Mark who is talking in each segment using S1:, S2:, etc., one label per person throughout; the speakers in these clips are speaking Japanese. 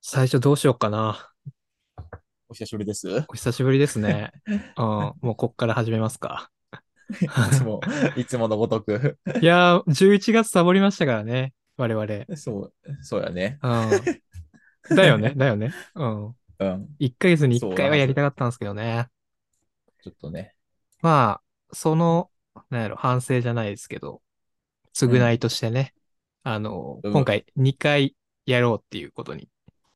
S1: 最初どうしようかな。
S2: お久しぶりです。い
S1: お久しぶりですね。うん、もうこっから始めますか。
S2: つも、いつものごとく。
S1: いやー、11月サボりましたからね、我々。
S2: そう、そうやね。
S1: うん、だよね、だよね。うん。
S2: うん。
S1: 1ヶ月に
S2: そう
S1: 1
S2: なん
S1: 回
S2: です
S1: はやりたかったんですけどね。
S2: ちょっとね。
S1: まあ、その、なんやろ、反省じゃないですけど、償いとしてね、あの、
S2: うん
S1: 今回2回やろうっていうことに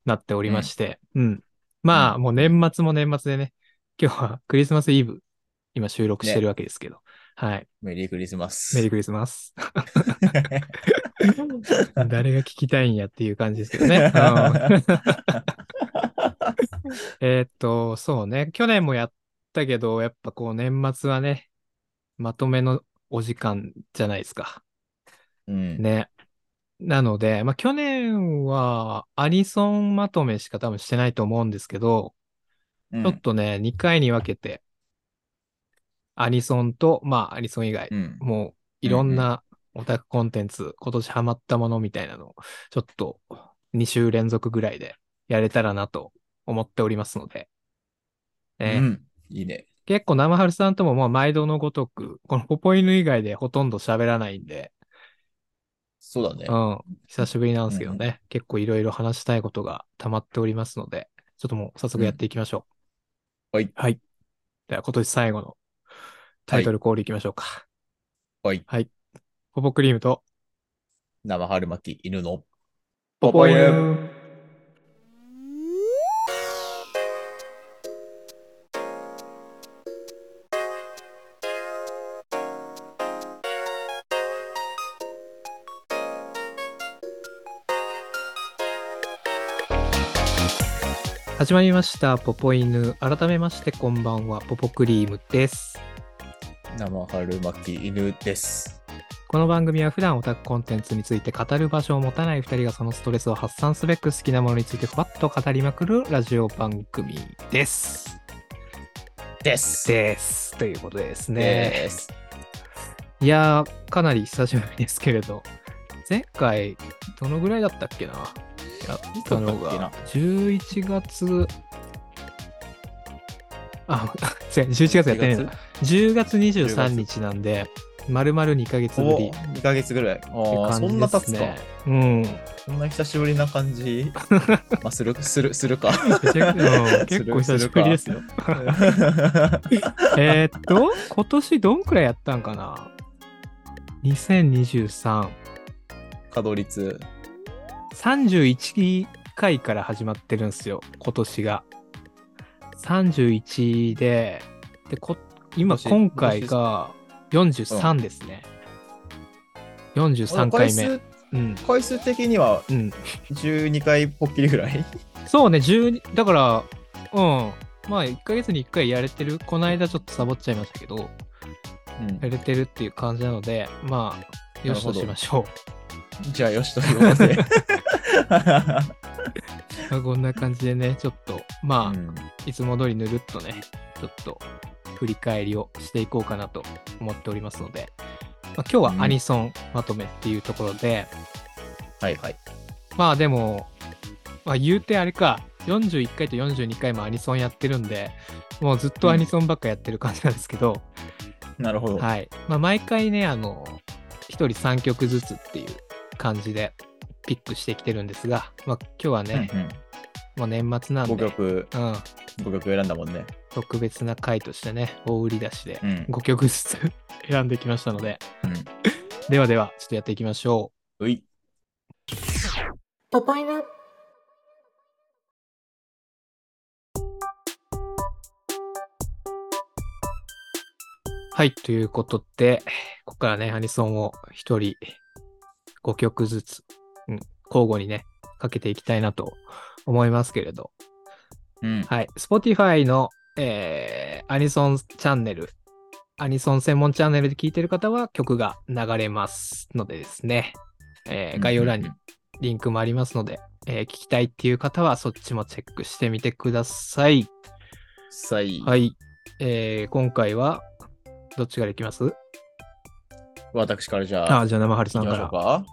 S1: なっておりまして、うん。まあ、
S2: うん
S1: もう年末も年末でね、今日はクリスマスイブ、今収録してるわけですけど、はい。
S2: メリークリスマス。
S1: メリークリスマ ス。誰が聞きたいんやっていう感じですけどね。うんえーっと、そうね。去年もやったけど、やっぱこう年末はね、まとめのお時間じゃないですか。
S2: うん。
S1: ね。なので、まあ去年はアニソンまとめしか多分してないと思うんですけど、
S2: うん
S1: ちょっとね、2回に分けて、アニソンと、まあアニソン以外、
S2: うん。
S1: もういろんなオタクコンテンツ、今年ハマったものみたいなのを、ちょっと2週連続ぐらいでやれたらなと思っておりますので、えー
S2: うんいいね。
S1: 結構生春さんとももう毎度のごとく、このポポ犬以外でほとんど喋らないんで、
S2: そうだね
S1: う。ん、久しぶりなんですけどね、結構いろいろ話したいことが溜まっておりますので、ちょっともう早速やっていきましょう。
S2: うんはい。
S1: はい。では今年最後のタイトルコールいきましょうか。
S2: はい。
S1: はい。ポポクリームと
S2: 生春巻き犬の。
S1: ポ
S2: ポ犬
S1: 始まりました、ポポ犬。改めまして、こんばんは、ポポクリームです。
S2: 生春巻き犬です。
S1: この番組は普段オタクコンテンツについて語る場所を持たない2人がそのストレスを発散すべく好きなものについてふわっと語りまくるラジオ番組です。
S2: です。
S1: です。ということでですね。
S2: です。
S1: いやー、かなり久しぶりですけれど、前回、どのぐらいだったっけなやったの
S2: いつだ
S1: が
S2: っ、
S1: 11月、あ、 違う、11月やってないな。10月23日なんで、丸々2ヶ月ぶり
S2: お
S1: って
S2: 2ヶ月ぐらい。ああ、
S1: 感
S2: そ
S1: じ
S2: ん
S1: で
S2: な
S1: す
S2: 経つか
S1: ね。。うん。
S2: そんな久しぶりな 感じ。まあ、する、する、するか。
S1: うん結構久しぶりですよ。えーっと、今年どんくらいやったんかな ?2023。
S2: 稼働率。
S1: 31回から始まってるんですよ、今年が。31で、で、こ今、
S2: 今年
S1: 今回が43ですね。43回目。
S2: 回数
S1: うん。
S2: 回数的には
S1: うん。
S2: 12回ぽっきりぐらい
S1: そうね、12、だから、うん。まあ、1ヶ月に1回やれてる。この間ちょっとサボっちゃいましたけど、やれてるっていう感じなので、まあ、よしとしましょ
S2: じゃあよしというこ とで。
S1: う。 まあこんな感じでね、ちょっと、まあ、
S2: うん
S1: いつも通りぬるっとね、ちょっと振り返りをしていこうかなと思っておりますので、まあ、今日はアニソンまとめっていうところで、
S2: はいはい。
S1: まあでも、まあ、言うてあれか、41回と42回もアニソンやってるんで、もうずっとアニソンばっかやってる感じなんですけど、
S2: なるほど。
S1: はい。まあ、毎回ね、あの、1人3曲ずつっていう感じでピックしてきてるんですが、まあ、今日はね、
S2: うんうん
S1: もう年末なん
S2: 五
S1: で、
S2: 曲、
S1: うん、
S2: 五曲選んだもんね。
S1: 特別な回としてね、大売り出しで
S2: うん。
S1: 5曲ずつ 選んできましたので、ではでは、ちょっとやっていきましょ
S2: うい。
S3: ポポイヌ
S1: う。はい、ということで、ここからね、アニソンを1人5曲ずつ、うん、交互にね、かけていきたいなと思いますけれど、
S2: うん。
S1: はい、Spotify の、えーアニソンチャンネル、アニソン専門チャンネルで聴いてる方は曲が流れますのでですね、えー概要欄にリンクもありますので、えー聞きたいっていう方はそっちもチェックしてみてください。
S2: さい。
S1: はい。えー今回は、どっちからいきます
S2: 私からじ
S1: あ
S2: ゃあ、
S1: あ、じゃあ生春
S2: 行
S1: さん
S2: き
S1: か
S2: ましょう
S1: ら。
S2: か。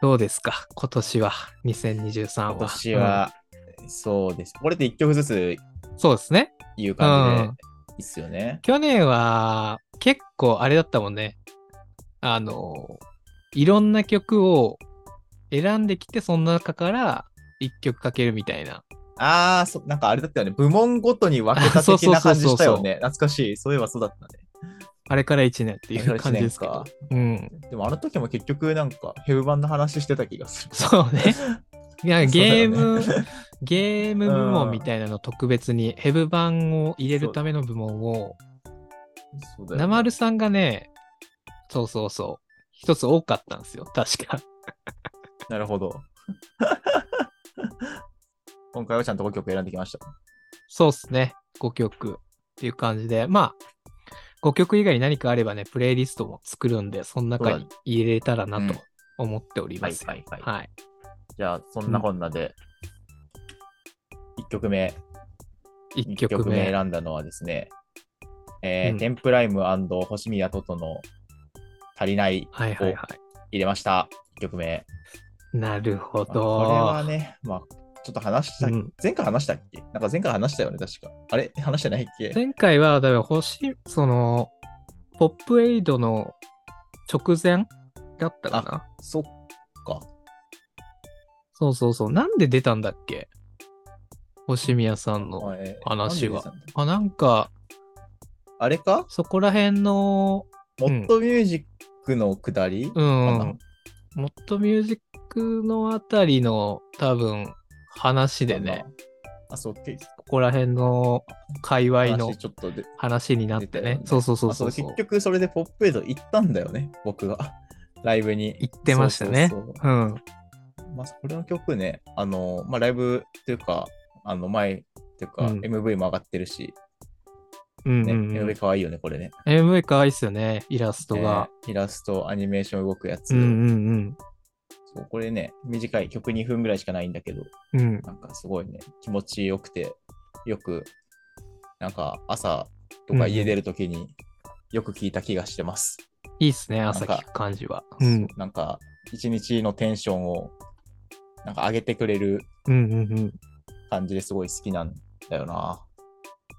S1: どうですか今年は、2023は。
S2: 今年は、そうです。これで1曲ずつ
S1: そうですね。
S2: 言う感じで
S1: うん
S2: いいっすよね。
S1: 去年は結構あれだったもんね。あの、いろんな曲を選んできて、その中から一曲かけるみたいな。
S2: ああ、そなんかあれだったよね。部門ごとに分けた
S1: あそう
S2: 的
S1: そう
S2: な
S1: そう
S2: 感
S1: そう
S2: じしたよね。懐かしい。そういえばそうだったね。
S1: あれから1年ってい
S2: あれ
S1: う
S2: から
S1: 感
S2: 一年
S1: じですけど
S2: か。
S1: うん。
S2: でもあの時も結局なんかヘブ版の話してた気がする。
S1: そうね。いや、
S2: そうだ
S1: ゲー
S2: よね
S1: ム、ゲーム部門みたいなの特別にヘブ版を入れるための部門を、
S2: そうだよね
S1: なまるさんがね、そうそうそう、一つ多かったんですよ、確か。
S2: なるほど。 今回はちゃんと5曲選んできました。
S1: そうっすね。5曲っていう感じで。まあ、5曲以外に何かあればね、プレイリストも作るんで、その中に入れれたらなと思っております。
S2: はいはい
S1: はい。
S2: じゃあ、そんなこんなで、1曲目、
S1: 1
S2: 1
S1: 曲
S2: 曲目
S1: 目。
S2: 選んだのはですね、えー
S1: うん
S2: テンプライム星宮トトの足りない
S1: はいはいは
S2: 入れました。1曲目。
S1: い。なるほ
S2: まあこれは
S1: ど。
S2: ね、まあ、ちょっと話した、
S1: うん
S2: 前回話したっけなんか前回話したよね、確か。あれ話してないっけ
S1: 前回は、だから星、その、ポップエイドの直前だったかな。
S2: そっか。
S1: そうそうそう。なんで出たんだっけ星宮さんの。
S2: えー
S1: 話は。
S2: なんで出たんだ
S1: あ、なんか、
S2: あれか
S1: そこら辺の、
S2: モットミュージックのくだり、
S1: う
S2: か
S1: ん
S2: な。
S1: モットミュージックのあたりの多分話でね、
S2: あ、そう、結
S1: ここら辺の界隈の
S2: 話ちょっとで。
S1: 話になって
S2: 出たよ
S1: ね
S2: ね。
S1: そうそうそう
S2: あ
S1: そ
S2: そうう
S1: そう。
S2: 結局それでポップエイド行ったんだよね、僕が。 ライブに。
S1: 言ってましたね。
S2: そうそうそう
S1: うん。
S2: まあ、これの曲ね、あの、まあ、ライブっていうか、あの、前っていうか、
S1: うん
S2: MV も上がってるし、
S1: うん
S2: ね、
S1: うんうん
S2: MV かわいいよね、これね。
S1: MV 可愛いっすよね、イラストが。
S2: えーイラスト、アニメーション動くやつ、
S1: うんうん
S2: そう。これね、短い曲2分ぐらいしかないんだけど、
S1: うん。うん。
S2: なんかすごいね、気持ちよくて、よく、なんか朝とか家出るときによく聞いた気がしてます。
S1: いいっすね、朝
S2: なん
S1: 聞く
S2: か
S1: 感じは。うん。
S2: なんか、一日のテンションを、なんか上げてくれる
S1: うんうんうん。
S2: 感じですごい好きなんだよな。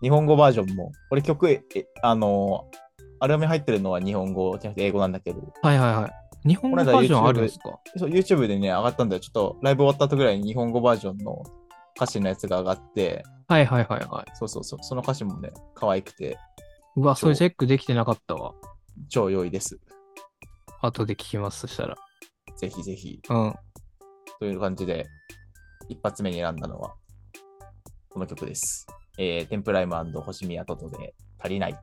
S2: 日本語バージョンも、これ曲、え、あのー、アルバムに入ってるのは日本語じゃなくて英語なんだけど、
S1: はいはいはい。日本語バージョンあるんですか
S2: そう YouTube でね、上がったんだよ。ちょっとライブ終わった後ぐらいに日本語バージョンの歌詞のやつが上がって、
S1: はいはいはいはい。
S2: そうそうそう、その歌詞もね、可愛くて、
S1: うわ、それチェックできてなかったわ。
S2: 超良いです。
S1: 後で聞きます、そしたら。
S2: ぜひぜひ。
S1: うん。
S2: という感じで、一発目に選んだのは、この曲です。えー、テンプライム星宮トトで足りない。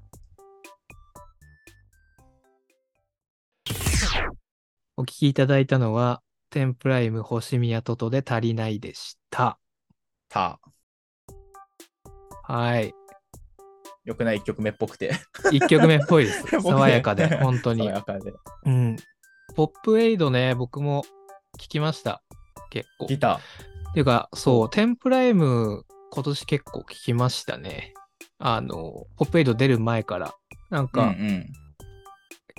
S1: お聞きいただいたのは、テンプライム星宮トトで足りないでした。
S2: た。
S1: はい。
S2: よくない1曲目っぽくて。
S1: 1曲目っぽいです
S2: 。僕ね
S1: 爽やかで、本当
S2: 爽
S1: に。
S2: やかで。
S1: うん。ポップエイドね、僕も聞きました。結構。
S2: ギタ
S1: ていうか、そう、テンプライム、今年結構聞きましたね。あの、ポップエイド出る前から。なん
S2: ー。
S1: か、
S2: ん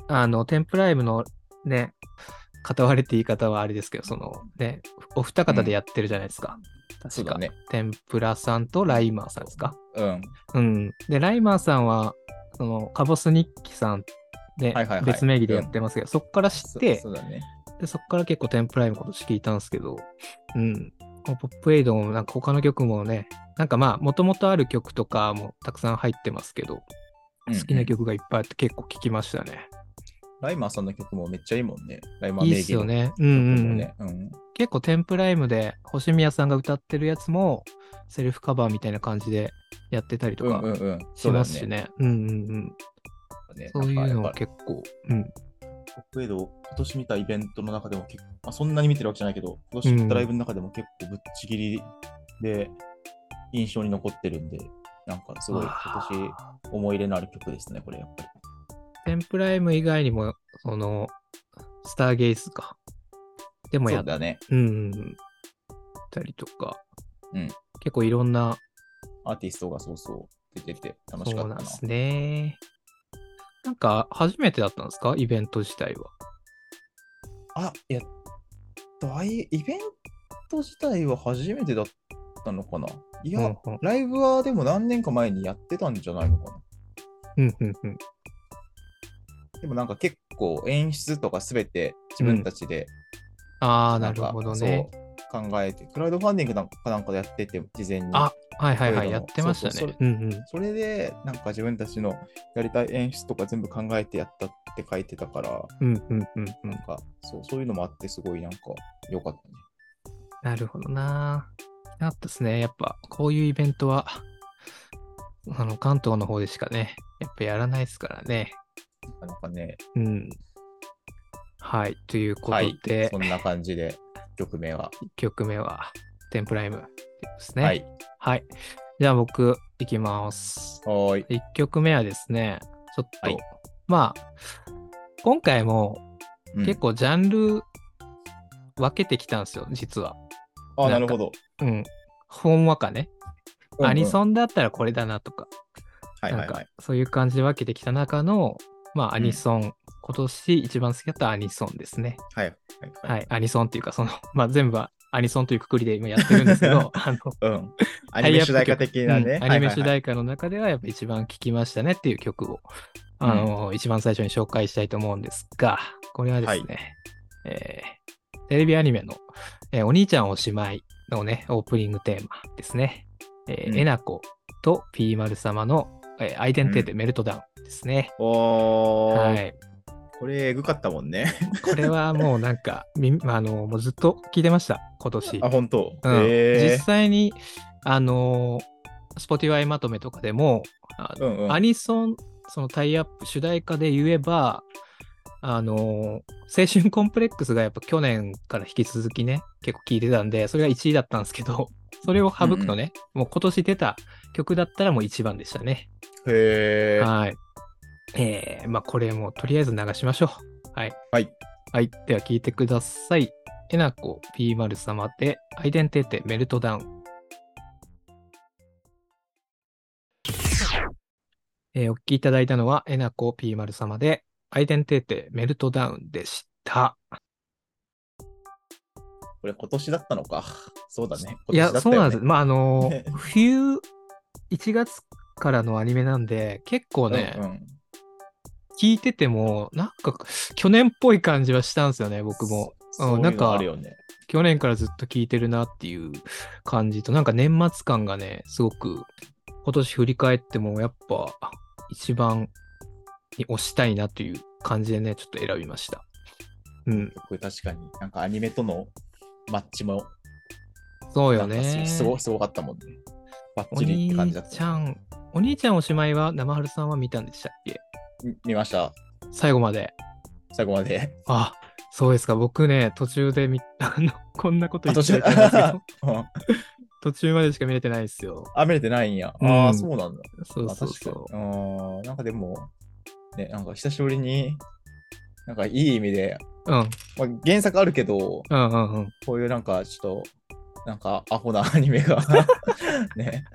S1: あの、テンプライムのね、片割れって言い方はあれですけど、そのね、お二方でやってるじゃないですか。
S2: そ
S1: 確
S2: うだ
S1: か、
S2: ね。
S1: 天ぷらさんとライマーさんですか。
S2: うん。
S1: うん。で、ライマーさんは、その、カボス日記さんで
S2: はいはいはい
S1: 別名義でやってますけど、そこから知って、
S2: そそうだね。
S1: でそこから結構テンプライム今年聞いたんですけど、うん。ポップエイドもなんか他の曲もね、なんかまあ、もともとある曲とかもたくさん入ってますけど、好きな
S2: うんうん。
S1: 曲がいっぱいあって結構聞きましたね。
S2: ライマーさんの曲もめっちゃいいもんね。ライマー
S1: い
S2: 名
S1: いっ
S2: 義
S1: すよ
S2: の
S1: ね。うんう
S2: 曲
S1: んう
S2: も
S1: ん、
S2: ね。うん。
S1: 結構テンプライムで星宮さんが歌ってるやつも、セルフカバーみたいな感じでやってたりと
S2: うん
S1: か
S2: うんうん。
S1: し
S2: そうだ
S1: ま
S2: よ
S1: すし。ね。うんうんうん。そういうの
S2: や
S1: は
S2: っぱ
S1: 結構。うん。
S2: ポップエイド、今年見たイベントの中でも結構、まあ、そんなに見てるわけじゃないけど、今年見たライブの中でも結構ぶっちぎりで印象に残ってるんで、なんかすごい今年思い入れのある曲ですね、これやっぱり。
S1: テンプライム以外にも、その、スターゲイズか。でも
S2: そ
S1: や
S2: う
S1: っ
S2: だね。
S1: うんうんうん。たりとか。
S2: うん
S1: 結構いろんな、
S2: アーティストがそうそう出てて楽しか
S1: そう
S2: っ
S1: な
S2: た
S1: ん
S2: な。
S1: ですね。なんか、初めてだったんですかイベント自体は。
S2: あ、いや、だいイベント自体は初めてだっったのかないや、
S1: うんうん
S2: ライブはでも何年か前にやってたんじゃないのか
S1: うんうんうん
S2: なでもなんか結構演出とかすべて自分たちで、
S1: ああ、
S2: な
S1: なんる
S2: か
S1: ほどね。
S2: そう考えて、クラウドファンディングなんかなんかでやってて、事前に。
S1: あはいはいは
S2: そういう
S1: い、
S2: の
S1: やってました
S2: そう
S1: ね
S2: そう。
S1: うんうん。
S2: それで、なんか自分たちのやりたい演出とか全部考えてやったって書いてたから、
S1: うんうんうんうん
S2: なん。かそうそういうのもあって、すごいなんか良かったね。
S1: なるほどな。あったですね。やっぱ、こういうイベントは、あの、関東の方でしかね、やっぱやらないですからね。
S2: なかなかね、
S1: うん。はい。ということで、
S2: そんな感じで、曲名は。
S1: 1曲目は、テンプライムですね。
S2: は
S1: はい。
S2: い。
S1: じゃあ僕、いきます。
S2: はーい。
S1: 1曲目はですね、ちょっと、
S2: はい
S1: まあ、今回も
S2: うん
S1: 結構ジャンル分けてきたんですよ、実は。
S2: あ、な
S1: なん
S2: る
S1: か
S2: ほど。
S1: うん。ほんわかね。
S2: うんうん
S1: アニソンだったらこれだなとか、
S2: はいは
S1: ないん
S2: は
S1: か
S2: い。
S1: そういう感じで分けてきた中の、まあ、
S2: う
S1: ア
S2: ん
S1: ニソン、今年一番好きだったアニソンですね。
S2: はいはいはい。
S1: はい、アニソンっていうか、その、 まあ、全部はアニソンというくくりで今やってるんですけ ど、あの、
S2: うん。アニメ主題歌的なね。
S1: うんアニメ主
S2: はいはいはい
S1: 題歌の中ではやっぱ一番聴きましたねっていう曲を、あの一番最初に紹介したいと思うんですが、これはですね、えーテレビアニメの、えーお兄ちゃんおしまいのね、オープニングテーマですね。えー
S2: うん
S1: えなことピーマル様の、えーアイデンティティメルトダウンですね。
S2: おー、
S1: はい。
S2: これ、えぐかったもんね。
S1: これはもうなんか、み あのもうずっと聴いてました、今年。
S2: あ、本当。
S1: うん
S2: え
S1: 実際に、あのー、Spotify まとめとかでも、あ
S2: うんうん。
S1: アニソン、そのタイアップ、主題歌で言えば、あのー青春コンプレックスがやっぱ去年から引き続きね、結構聴いてたんで、それが1位だったんですけど、それを省くとね、もう今年出た曲だったらもう1番でしたね。
S2: へー。
S1: はい。えー、まあこれもとりあえず流しましょう。はい。
S2: はい。
S1: はい。では聴いてください。えなこ P0 様で、アイデンテーテメルトダウン。えーお聴きいただいたのは、えなこ P0 様で、アイデンテーテメルトダウンでした。
S2: これ、今年だったのか。そうだね。
S1: いや、
S2: 今年だった
S1: そう
S2: よ
S1: な
S2: ね、
S1: んです。まあ、あのー 冬、1月からのアニメなんで、結構ね、
S2: うんうん
S1: 聞いてても、なんか去年っぽい感じはしたんですよね、僕も。
S2: そそういう
S1: なん
S2: の
S1: か
S2: あるよね。
S1: 去年からずっと聞いてるなっていう感じと、なんか年末感がね、すごく今年振り返っても、やっぱ一番に推したいなという感じでね、ちょっと選びました。うん、
S2: 僕確かに、なんかアニメとのマッチも、
S1: そう
S2: な
S1: よ
S2: んかす
S1: ね。
S2: すごすごかったもんね。バッ
S1: お
S2: チリって感
S1: 兄
S2: じだっ
S1: ち
S2: た。
S1: ゃん、お兄ちゃんおしまいは生春さんは見たんでしたっけ
S2: み見ました。
S1: 最後まで。
S2: 最後まで。
S1: あ、そうですか。僕ね、途中で見、 あの、こんなこと
S2: あ、
S1: 言
S2: 途
S1: っちゃ
S2: 中
S1: いけないんですけど
S2: うん
S1: 途中までしか見れてないですよ。
S2: あ、見れてないんや。
S1: うん
S2: ああ、そうなんだ。
S1: そうそう
S2: あ
S1: そ
S2: 確かにうんなんかでも、ね、なんか久しぶりに、なんかいい意味で、
S1: う。うん。
S2: まあ、原作あるけど、
S1: うんうんうん。
S2: こういうなんかちょっと、なんかアホなアニメが、 ね。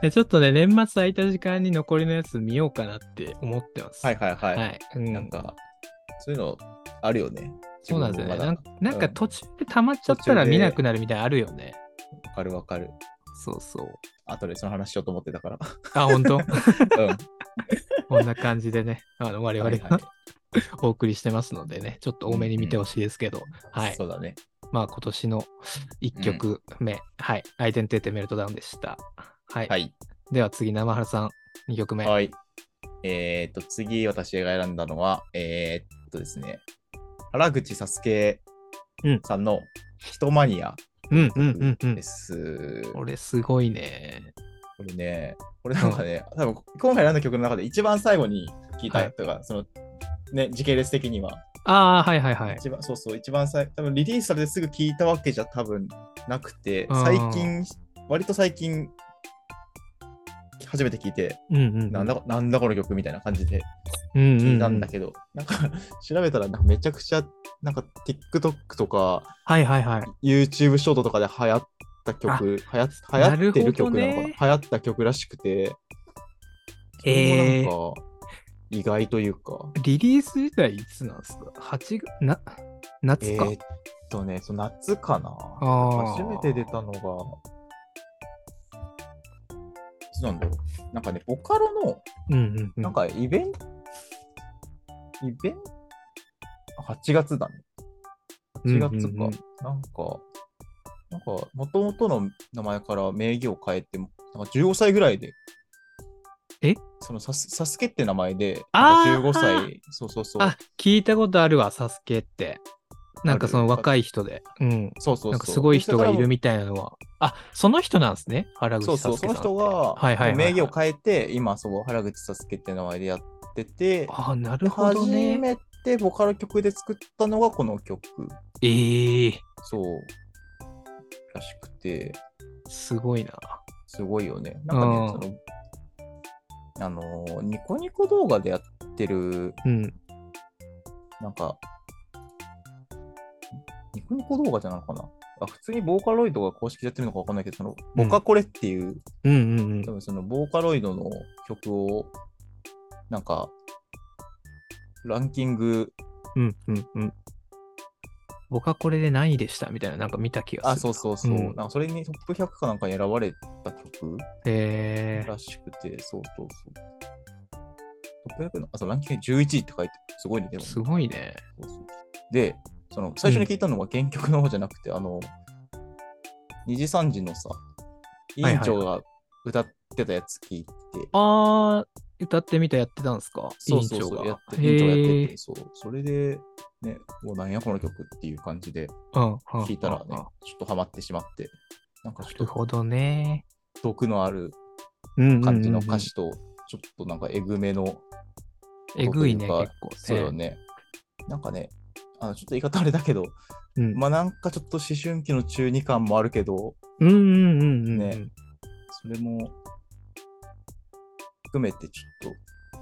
S1: で、ちょっとね、年末空いた時間に残りのやつ見ようかなって思ってます。
S2: はいはいはい。
S1: はい。うん、
S2: なんか、そういうのあるよね。
S1: そうなんですよね。
S2: 自
S1: な
S2: 分
S1: ん
S2: もま
S1: な
S2: だ
S1: んか
S2: うん
S1: 途中で溜まっちゃったら見なくなるみたいなのあるよね。
S2: わかるわかる。
S1: そうそう。
S2: 後でその話しようと思って たから。
S1: あ、本当
S2: うん。
S1: こんな感じでね、あの我々
S2: はいは
S1: がお送りしてますのでね、ちょっと多めに見てほしいですけど、
S2: い
S1: はい。
S2: そうだね。
S1: まあ今年の1曲目、はい。アイデンテーテメルトダウンでした。はい。
S2: はい。
S1: では次、生原さん、2曲目。
S2: はい。えー、っと、次、私が選んだのは、えー、っとですね、原口サスケさんの人マニア
S1: うんうんうんうん
S2: で。す。
S1: これすごいね。
S2: これね、これなんかね、多分今回選んだ曲の中で一番最後に聞いたとか、その、ね、時系列的には、
S1: ああ、はいはいはい。
S2: 一番そうそう、一番最多分リリースされてすぐ聞いたわけじゃ多分なくて、
S1: うん
S2: 最近、割と最近、初めて聞いて、
S1: うんうんうん。
S2: なんだなんだこの曲みたいな感じで
S1: うんうんう
S2: 聞
S1: ん
S2: いたんだけど、なんか 調べたらなんかめちゃくちゃなんか TikTok とか
S1: はいはいはい。
S2: YouTube ショートとかで流行った
S1: あ
S2: 曲、流行流行ってる曲なのかな
S1: なるほどね
S2: 流行った曲らしくて、そ
S1: え
S2: れ
S1: ー
S2: もなんか意外というか、
S1: リリース自体いつなんですか ?8 な、
S2: え
S1: 夏か。
S2: ーっとね、そう夏かな。
S1: あー
S2: 初めて出たのが、つなんだろう。なんかね、ボカロの、
S1: うんうんうん。
S2: なんかイベント、イベント ?8 月だね。8月か。
S1: うんうんうん
S2: なんか、なんか、もともとの名前から名義を変えて、なんか15歳ぐらいで、
S1: え
S2: そのサスサスケって名前で、
S1: あー
S2: なんか15歳、そうそうそう。
S1: あ、聞いたことあるわ、サスケって。なんかその若い人で。うん。
S2: そうそうそう。
S1: なんかすごい人がいる
S2: み
S1: みたいなのは。あ、その人なんですね。原
S2: そう
S1: 口
S2: そ
S1: サ
S2: う、
S1: スケ
S2: そ
S1: さん
S2: の
S1: って。
S2: 人が、
S1: はいはいはいはい
S2: 名義を変えて、今、そう、原口サスケって名前でやってて、
S1: あ、なるほど
S2: 初
S1: ね。
S2: めてボカロ曲で作ったのがこの曲。
S1: ええ
S2: そう。らしくて、
S1: すごいな。
S2: すごいよね。なんかね、
S1: うん
S2: その、あのー、ニコニコ動画でやってる、
S1: うん。
S2: なんか、ニコニコ動画じゃないのかなあ普通にボーカロイドが公式でやってるのかわかんないけど、その、ボカコレっていう、
S1: うんうん
S2: 多分そのボーカロイドの曲をなんかランキング
S1: うん。うんうんうん。僕はこれで何位でしたみたいな、なんか見た気が
S2: あ
S1: する。
S2: そうそうそう、
S1: うん
S2: なんかそれにトップ100かなんかに選ばれた曲
S1: ええ
S2: らしくてそうそうそうトップ100のあそうランキング11位って書いてすごいねでも
S1: すごいね。
S2: そうそうでその最初に聞いたのは原曲の方じゃなくて、あの2時3時のさ委
S1: はい
S2: 員長が歌ってたやつ聞いて、
S1: あー、歌ってみたやってたんですか
S2: そうそうそう、
S1: 委員
S2: や
S1: 長
S2: って、
S1: が。
S2: 委員長
S1: へ
S2: やって
S1: え
S2: て、そう、それで、ね、もうなんやこの曲っていう感じで
S1: うんうん。
S2: 聴いたらね、
S1: うん
S2: ちょっとハマってしまって、なんか
S1: な
S2: ちょ
S1: る
S2: っと
S1: ほどね。
S2: 毒のある
S1: うんうんうんうん
S2: 感じの歌詞と、ちょっとなんかえぐめの、
S1: えぐいね、
S2: という
S1: 結
S2: か
S1: 構ね。
S2: そうよね、なんかね、あのちょっと言い方あれだけど、
S1: うん。
S2: まあなんかちょっと思春期の中二感もあるけど、
S1: うんうんうんうん。
S2: ねそれも含めてちょっ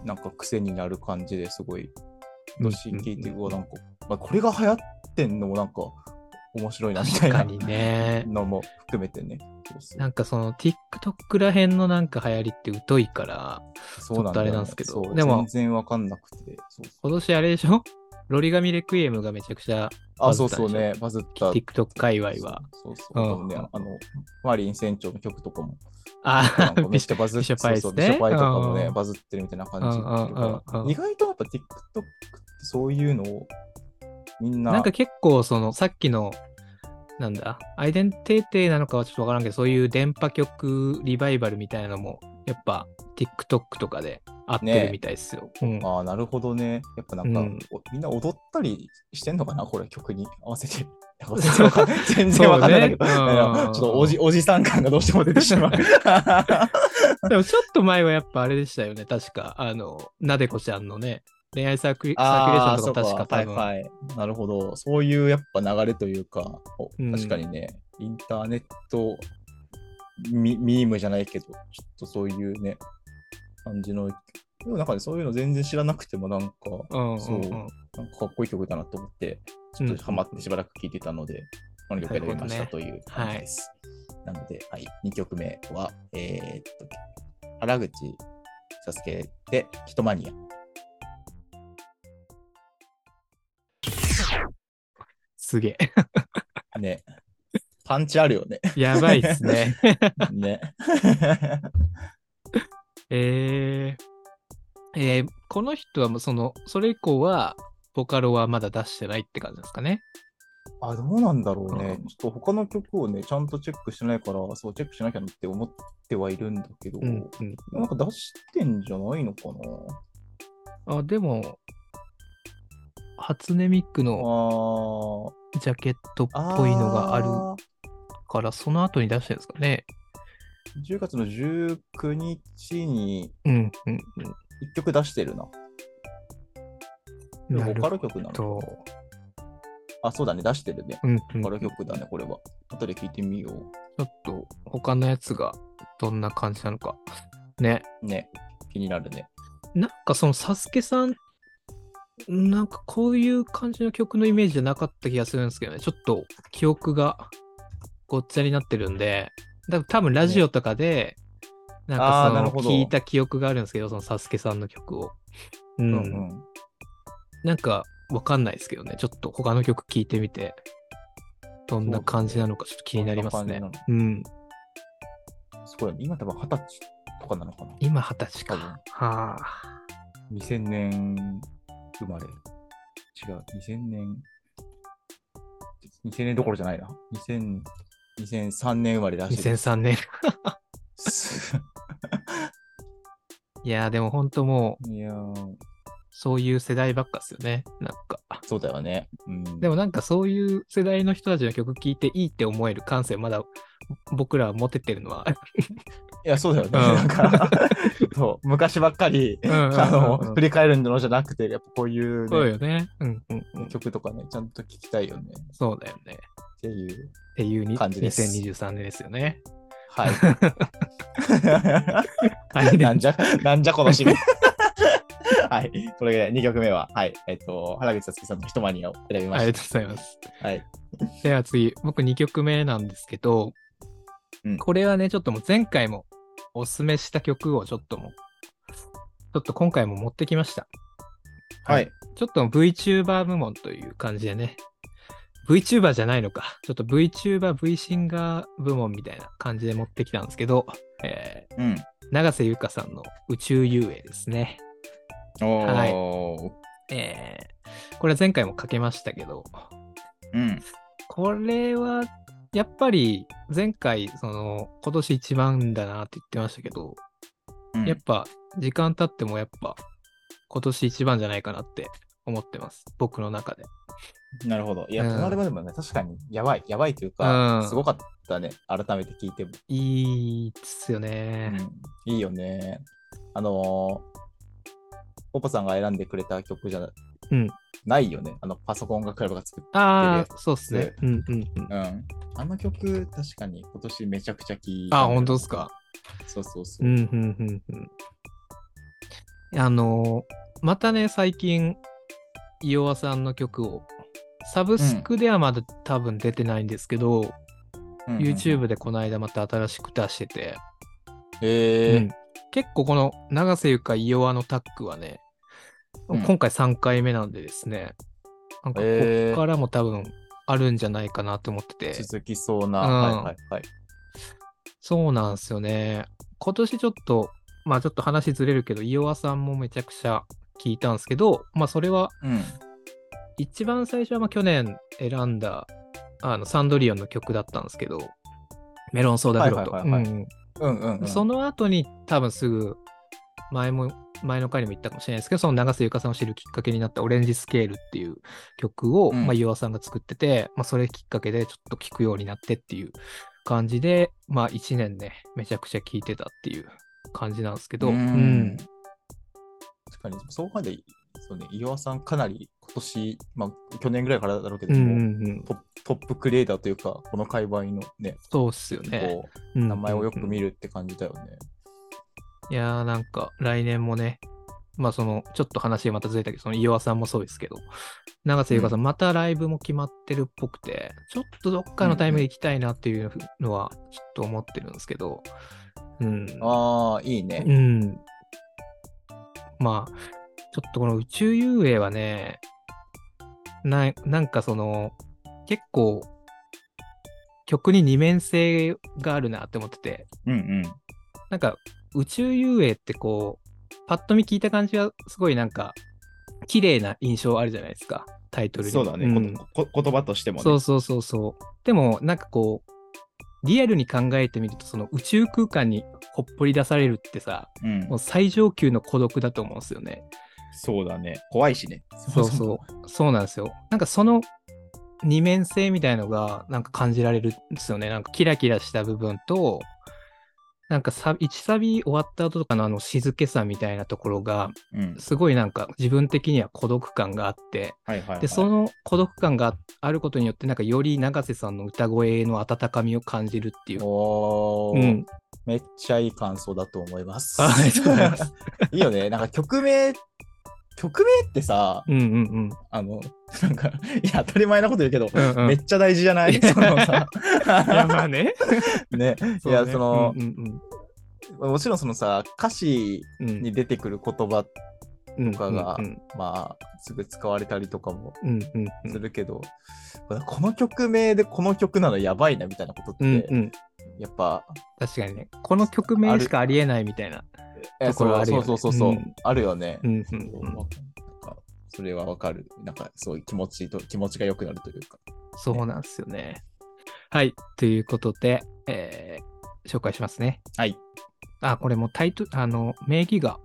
S2: となんか癖になる感じですごいのシーン聞いて、
S1: うん
S2: うわ、なんか、まあ、これが流行ってんのもなんか面白いなみた
S1: 確
S2: い
S1: か
S2: な
S1: にね。
S2: のも含めてね。そうそう
S1: なんかその TikTok らへんのなんか流行りって疎いから、
S2: そうなん
S1: ちょっとあ
S2: だ
S1: れ
S2: よね
S1: なんですけど
S2: そう
S1: でも
S2: 全然わかんなくて。そうそう
S1: 今年あれでしょロリガミレクイエムがめちゃくちゃ
S2: あ、
S1: バズ
S2: そ
S1: っ
S2: う
S1: た
S2: そうね、バズった。
S1: TikTok 界隈は。
S2: そうそうそ
S1: う
S2: う。
S1: ん
S2: 多分ね、あの、マリン船長の曲とか も、な
S1: あ
S2: ん
S1: あ
S2: か、めっちゃバズっ
S1: ビショビシ
S2: て、
S1: ョパイ
S2: そうそう
S1: ス
S2: ビ
S1: ね
S2: ショパイとかも
S1: う
S2: ね、
S1: ん
S2: バズってるみたいな感じだった
S1: うん
S2: か
S1: うんうんう
S2: ら
S1: ん
S2: 意外とやっぱ TikTok ってそういうのをみんな、
S1: なんか結構そのさっきのなんだアイデンティティなのかはちょっとわからんけどそういう電波曲リバイバルみたいなのもやっぱ TikTok とかで合って
S2: ね
S1: るみたいですよ。うん
S2: ああ、なるほどね。やっぱなんか、
S1: うん
S2: おみんな踊ったりしてんのかなこれ、曲に合わせ て。 なんか全然わかん全然わかんないんだけど、
S1: そうね
S2: なん
S1: う
S2: か
S1: ん
S2: ちょっとおじおじさん感がどうしても出て しまう。
S1: でもちょっと前はやっぱあれでしたよね確かあのなでこちゃんのね恋愛サークリサーキュレーションとか
S2: そ
S1: 確
S2: う
S1: か
S2: は
S1: 多
S2: い
S1: 分、
S2: はい。なるほど。そういうやっぱ流れというか、お
S1: うん
S2: 確かにね、インターネットミミームじゃないけど、ちょっとそういうね、感じの。でもなんかね、そういうの全然知らなくてもなんか、
S1: うんうんうん
S2: そうなんかかっこいい曲だなと思って、ちょっとハマってしばらく聴いてたので、この曲選びましたという感じです。なので、はい、2曲目は、えーっと、原口サスケで、ヒトマニア。
S1: すげえ
S2: ね。パンチあるよね。
S1: やばいっすね。
S2: ね。
S1: えーえーこの人はもうそのそれ以降はボカロはまだ出してないって感じですかね。
S2: あ、どうなんだろうね。
S1: うん
S2: ちょっと他の曲をね、ちゃんとチェックしてないから、そう、チェックしなきゃなって思ってはいるんだけど、
S1: うんうん
S2: なんか出してんじゃないのかな
S1: あでも、初音ミックの
S2: あ
S1: ジャケットっ
S2: ーあ。
S1: ぽいのがあるから、その後に出してるんですかね。
S2: 10月の19日に
S1: うんうん
S2: 1曲出してるな。
S1: うん。
S2: で
S1: な
S2: もボ
S1: る
S2: カ
S1: ほ
S2: ロ曲なの
S1: ど。
S2: あ、そうだね、出してるね。
S1: うんうん、
S2: ボカ
S1: ち
S2: ロ曲だね、これは。後で聞いてみよう。
S1: ょっと他のやつがどんな感じなのか。ね。
S2: ね、気になるね。
S1: なんかそのサスケさん、なんかこういう感じの曲のイメージじゃなかった気がするんですけどね、ちょっと記憶がごっちゃになってるんで、だ多分ラジオとかで、なん
S2: あ
S1: か
S2: ーなる
S1: そ
S2: ほ
S1: の
S2: ど
S1: 聞いた記憶があるんですけど、そのサスケさんの曲を。う。
S2: うんん。
S1: なんかわかんないですけどね、ちょっと他の曲聞いてみて、どんな感じなのかちょっと気になりますね
S2: そうだね。
S1: うん。
S2: すごいね。今多分二十歳とかなのかな。
S1: 今二十歳か。
S2: 多分
S1: はあ。
S2: 2000年生まれ。違う、2000年。2000年どころじゃないな。2000 2003年生まれらしいです。
S1: 2003年。いやー、でも本当もう、
S2: いやー
S1: そういう世代ばっかっすよね。なんか。
S2: そうだよね。うん、
S1: でもなんかそういう世代の人たちの曲聴いていいって思える感性、まだ僕らは持ててるのは。
S2: いや、そうだよね。
S1: うん
S2: なんかそう昔ばっかり、あの、振り返るのじゃなくて、やっぱこういう,、
S1: そう
S2: ね
S1: よね。うんうんうん。
S2: 曲とかね、ちゃんと聞きたいよね。
S1: そうだよね。
S2: っていう。
S1: っていうに
S2: 感じです
S1: 2023年ですよ ね。
S2: はい。
S1: はい。
S2: なんじゃ、なんじゃこの締め。はい。それで2曲目は、はい。えっと、原口さつきさんの一マニアを選びま
S1: あり
S2: し
S1: がとうございます。
S2: た。はい。
S1: では次、僕2曲目なんですけど、
S2: うん
S1: これはね、ちょっともう前回もおすすめした曲をちょっともう、ちょっと今回も持ってきました。
S2: はい。
S1: ちょっと VTuber 部門という感じでね、VTuber じゃないのか、ちょっと VTuber、V シンガー部門みたいな感じで持ってきたんですけど、え
S2: うん。
S1: ー永瀬優香さんの宇宙遊泳ですね。
S2: おー。
S1: はいえーこれ前回もかけましたけど、
S2: うん。
S1: これはやっぱり前回その今年一番だなって言ってましたけど、
S2: うん
S1: やっぱ時間経ってもやっぱ今年一番じゃないかなって思ってます僕の中で
S2: なるほど。いや、
S1: うん
S2: このアルバムはね、確かにやばい、やばいというか、
S1: うん
S2: すごかったね。改めて聞いても。
S1: いいっすよね、
S2: いいよね。あのー、ポポさんが選んでくれた曲じゃな,、
S1: うん
S2: ないよね。あの、パソコンがクラブが作って
S1: ああそうっすねうんうんうん
S2: うん。あの曲、確かに今年めちゃくちゃ聴い
S1: あ本当っすか。
S2: そうそうそうう。
S1: んうんうんうんあのーまたね最近イオワさんの曲をサブスクではまだ多分出てないんですけど、
S2: うんうんうん
S1: YouTube でこの間また新しく出してて、
S2: え
S1: うん結構この永瀬ゆかイオワのタッグはね、
S2: うん
S1: 今回3回目なんでですね、なんかこ
S2: へー
S1: っからも多分あるんじゃないかなと思ってて、
S2: ー続きそうな。
S1: うん
S2: はいはいはい。
S1: そうなんですよね。今年ちょっと、まあちょっと話ずれるけど、イオワさんもめちゃくちゃ聞いたんですけど、まあそれは
S2: うん。
S1: 一番最初はまあ去年選んだあのサンドリオンの曲だったんですけど、メロンソーダフロート。
S2: はいはいはい
S1: うん
S2: うんうん、うん。
S1: その後に多分すぐ前も前の回にも言ったかもしれないですけどその永瀬ゆかさんを知るきっかけになった「オレンジスケール」っていう曲を、
S2: うん
S1: まあ、岩さんが作ってて、まあ、それきっかけでちょっと聴くようになってっていう感じで、まあ、1年ねめちゃくちゃ聴いてたっていう感じなんですけど、
S2: う
S1: うん
S2: ん。確かに、そうまで、そうね、岩尾さんかなり今年、まあ去年ぐらいからだろうけど
S1: うんう
S2: も、
S1: んうん
S2: トップトップクリエイターというか、この界隈のね、
S1: そうっすよね。
S2: こう
S1: 名
S2: 名前をよく見るって感じだよね。
S1: いやーなんか来年もね、まあそのちょっと話またずれたけど、その岩さんもそうですけど、永瀬優香さん、またライブも決まってるっぽくて、ちょっとどっかのタイミングで行きたいなっていうのはちょっと思ってるんですけど、うん。
S2: ああ、いいね。
S1: うん。まあ、ちょっとこの宇宙遊泳はね、ななんかその、結構、曲に二面性があるなって思ってて、
S2: うんうん。
S1: なんか宇宙遊泳ってこう、パッと見聞いた感じはすごいなんか、綺麗な印象あるじゃないですか、タイトルに。
S2: そうだね、
S1: ん
S2: ここ言葉としてもね。
S1: そうそうそうそう。でもなんかこう、リアルに考えてみると、その宇宙空間にほっぽり出されるってさ、
S2: うん
S1: もう最上級の孤独だと思うんですよね。
S2: そうだね。怖いしね。
S1: そうそう、そうなんですよ。なんかその二面性みたいのがなんか感じられるんですよね。なんかキラキラした部分と、なんかサビ1サビ終わった後とかのあの静けさみたいなところが、
S2: う。うん。
S1: すごいなんか自分的には孤独感があって、
S2: はいはい、はい。
S1: で、その孤独感があることによって、なんかより永瀬さんの歌声への温かみを感じるっていう。
S2: お
S1: う
S2: ー
S1: ん、
S2: めっちゃいい感想だと思います。
S1: あありがとうございます。
S2: いいよね。なんか曲名、曲名ってさ、
S1: うんうんうん。
S2: あの、なんか、いや、当たり前なこと言うけど、
S1: うんうん
S2: めっちゃ大事じゃないそのさ。
S1: いやまあね。
S2: ね。いや、その
S1: う、んうん
S2: もちろんそのさ、歌詞
S1: うんうん
S2: に出てくる言葉
S1: と
S2: かが
S1: うん
S2: まあ、すぐ使われたりとかも
S1: うんうん
S2: するけど、この曲名でこの曲なのやばいなみたいなことって、
S1: うんうん
S2: やっぱ、
S1: 確かにねこの曲名しかありえないみたいな
S2: え
S1: ところあるよね
S2: そうそうそうそう、
S1: うん
S2: あるよね。
S1: うんう
S2: そうん
S1: うん
S2: なんかそれはわかる。なんかそういう気持ちと気持ちが良くなるというか。
S1: そうなんですよねはいということで、えー紹介しますね
S2: はい。
S1: あ、これもタイトあの、名義が、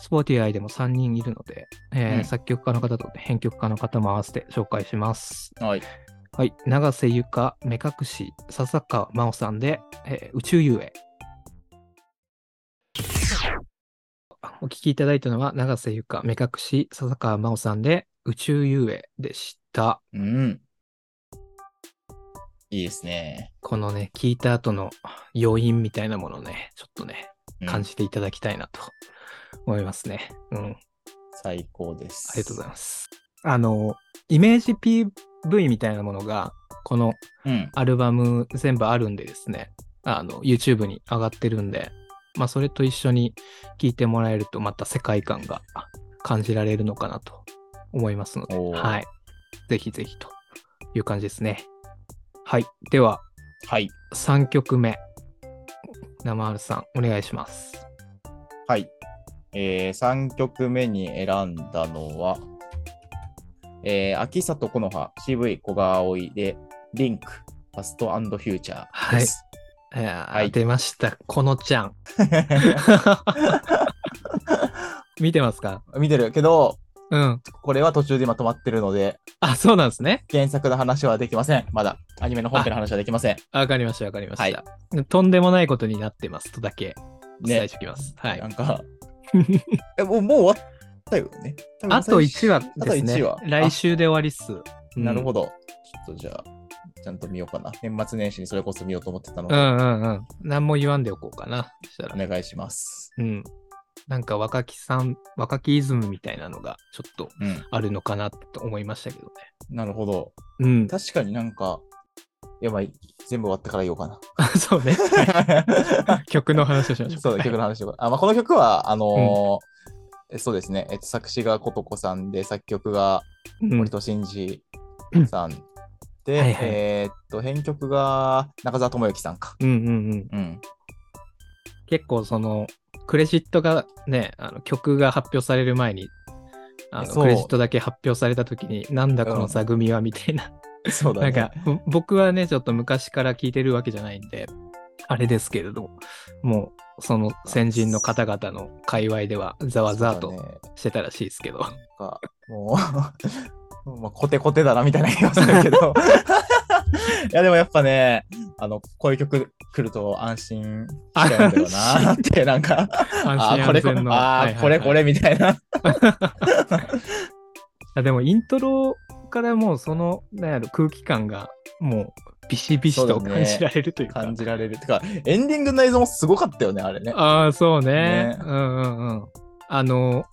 S1: スポーティアイでも3人いるので、えー
S2: うん
S1: 作曲家の方と編曲家の方も合わせて紹介します。
S2: はい。
S1: はい。永瀬ゆか、目隠し、笹川真央さんで、えー宇宙遊泳。お聴きいただいたのは、永瀬ゆか、目隠し、笹川真央さんで、宇宙遊泳でした。
S2: うん。いいですね。
S1: このね、聞いた後の余韻みたいなものをね、ちょっとね、
S2: うん
S1: 感じていただきたいなと思いますね。うん。
S2: 最高です。
S1: ありがとうございます。あの、イメージ PV みたいなものが、この
S2: うん。
S1: アルバム全部あるんでですね、あの、YouTube に上がってるんで、まあ、それと一緒に聴いてもらえると、また世界観があ感じられるのかなと思いますので、
S2: おー
S1: はい。ぜひぜひという感じですね。はい。では、
S2: はい。
S1: 3曲目。生春さん、お願いします。
S2: はい。えー、3曲目に選んだのは、えー、秋里この葉、CV 小川葵で、リンク、ファストフューチャーです。
S1: えー
S2: はい
S1: 出ました。このちゃ ん。見てますか
S2: 見てるけど、
S1: うん。
S2: これは途中で今止まってるので、
S1: あ、そうなんですね。
S2: 原作の話はできません。まだ、アニメの本編の話はできません。
S1: わかりました、わかりました。
S2: はい
S1: とんでもないことになってますとだけお伝え
S2: ね
S1: しておきます。は。
S2: ないんか、 えもうもう終わったよね。多分
S1: あと1話
S2: あ
S1: で
S2: と
S1: すね
S2: 1話。。
S1: 来週で終わりっす。
S2: あなるほ
S1: ど。
S2: ど。ちょっとじゃあ、ちゃんと見ようかな。年末年始にそれこそ見ようと思ってたの
S1: う
S2: で、
S1: んうんうん。何も言わんでおこうかな。そしたら。
S2: お願いします。
S1: うん。なんか若きさん、若きイズムみたいなのがちょっと
S2: うん。
S1: あるのかなと思いましたけどね。
S2: なるほど。
S1: うん。
S2: 確かになんか、やばい。全部終わってから言お うかな。
S1: そう ね。曲の話をしましょう。
S2: そうだ、曲の話とか。あ、まあ、この曲は、あのーえそうですね、えっと、作詞がことこさんで、作曲が
S1: うん
S2: 森戸真二さん
S1: は
S2: で、
S1: いはい
S2: えーっと、編曲が中澤智之さんか。
S1: うんうんうん。
S2: うん。
S1: 結構そのクレジットがねあの曲が発表される前にあの
S2: そう
S1: クレジットだけ発表された時になんだこの座組はみたい な、
S2: そうだ
S1: な
S2: ね。
S1: んかぼ僕はねちょっと昔から聞いてるわけじゃないんであれですけれどももうその先人の方々の界隈ではざわざわ
S2: そうだ
S1: と
S2: ね
S1: してたらしいですけ ど、
S2: なんか、もう もう、まあ、コテコテだなみたいな気がする けど。いや、でもやっぱね、あの、こういう曲来ると安心しちゃうんだよなって、なんか、あ
S1: 安心
S2: ー
S1: 安
S2: これこれ、
S1: 全の
S2: あ
S1: はいはい
S2: ー
S1: はい
S2: これこれみたいな。
S1: あでもイントロからもうそのなんやろ空気感がもうビシビシ
S2: そ
S1: と
S2: うだね
S1: 感じられるというか
S2: 感じられる。てか、エンディングの映像もすごかったよね、あれね。
S1: ああ、そうね
S2: ね。
S1: うんうんうん。あの、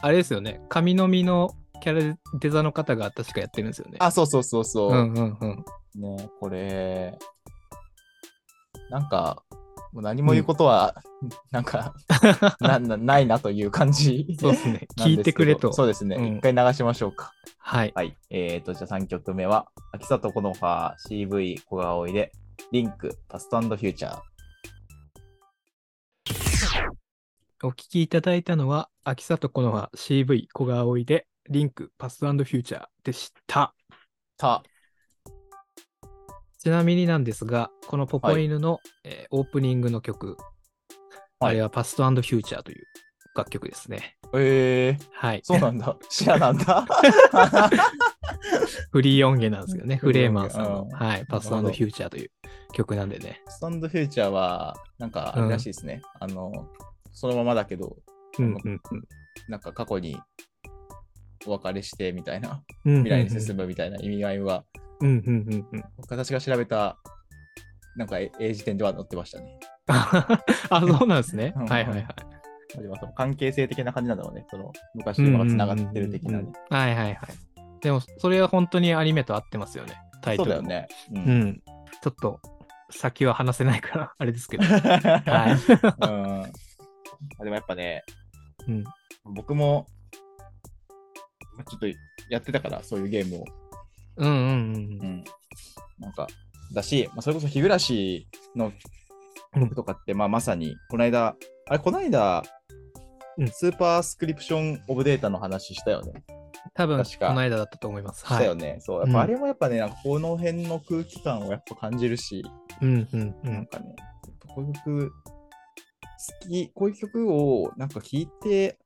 S1: あれですよね。神の実のキャラデザの方が確かやってるんですよね。
S2: あ、そうそうそうそうう。
S1: んうん うん。
S2: ねこれ、なんか、もう何も言うことは、なんかなな、ないなという感じ。
S1: そうですね
S2: なんですけど。
S1: 聞いてくれと。
S2: そうですね。
S1: うん
S2: 一回流しましょうか。
S1: はい。
S2: はい。えーと、じゃあ3曲目は、秋里この葉 CV 小川葵で、リンク、パストフューチャー。
S1: お聞きいただいたのは、秋里このは CV 小川葵で、リンクパスフューチャーでした。
S2: た。
S1: ちなみになんですが、このポコ犬の、えーオープニングの曲、
S2: はい
S1: あれはパストフューチャーという楽曲ですね。
S2: えー、
S1: はい。
S2: そうなん だ。シェアなんだ。
S1: フリー音源なんですけどね、
S2: フ
S1: フ
S2: リ
S1: レー
S2: ー
S1: マ
S2: 音源
S1: ンさんの、
S2: うん
S1: はい、パスフ
S2: な
S1: ュ
S2: るほど
S1: ーチャーという曲なんでね。
S2: スタンドフューチャーは、なんか、あれらしいですね。あの、そのままだけど、
S1: うんうんうん。
S2: なんか過去にお別れしてみたいな、
S1: 未
S2: 未来に進むみたいな意味合いは、
S1: うんうんうんうん。
S2: 私が調べた、なんか、え英辞典では載ってましたね。
S1: あ、そうなんですね。
S2: うん
S1: はいはいはい。
S2: でもその関係性的な感じなんだろうね。その昔のがつながってる的な
S1: うんう
S2: ね
S1: ん。うん。はいはいはい。でも、それは本当にアニメと合ってますよね。タイ
S2: そ
S1: ト
S2: う
S1: ル。
S2: だよ。ね。う
S1: うんん。ちょっと、先は 話せないから、あれですけど。はい。
S2: はい。でもやっぱね、
S1: うん。
S2: 僕も、まあちょっとやってたから、そういうゲームを。
S1: うんうんうん
S2: う。ん。なんか、だし、まあ、それこそ日暮らしの曲とかって、まあ、まさに、この間、あれ、この間、
S1: うん
S2: スーパースクリプションオブデータの話したよね。
S1: 多分、
S2: 確
S1: こ
S2: か
S1: の間だったと思います。
S2: し
S1: は
S2: た
S1: い。
S2: よね。そう、やっ
S1: うん
S2: ぱあれもやっぱね、なんかこの辺の空気感をやっぱ感じるし、
S1: うんうんう
S2: なん
S1: ん。
S2: かね、やっぱこういう曲、好き、こういう曲をなんか聴いて、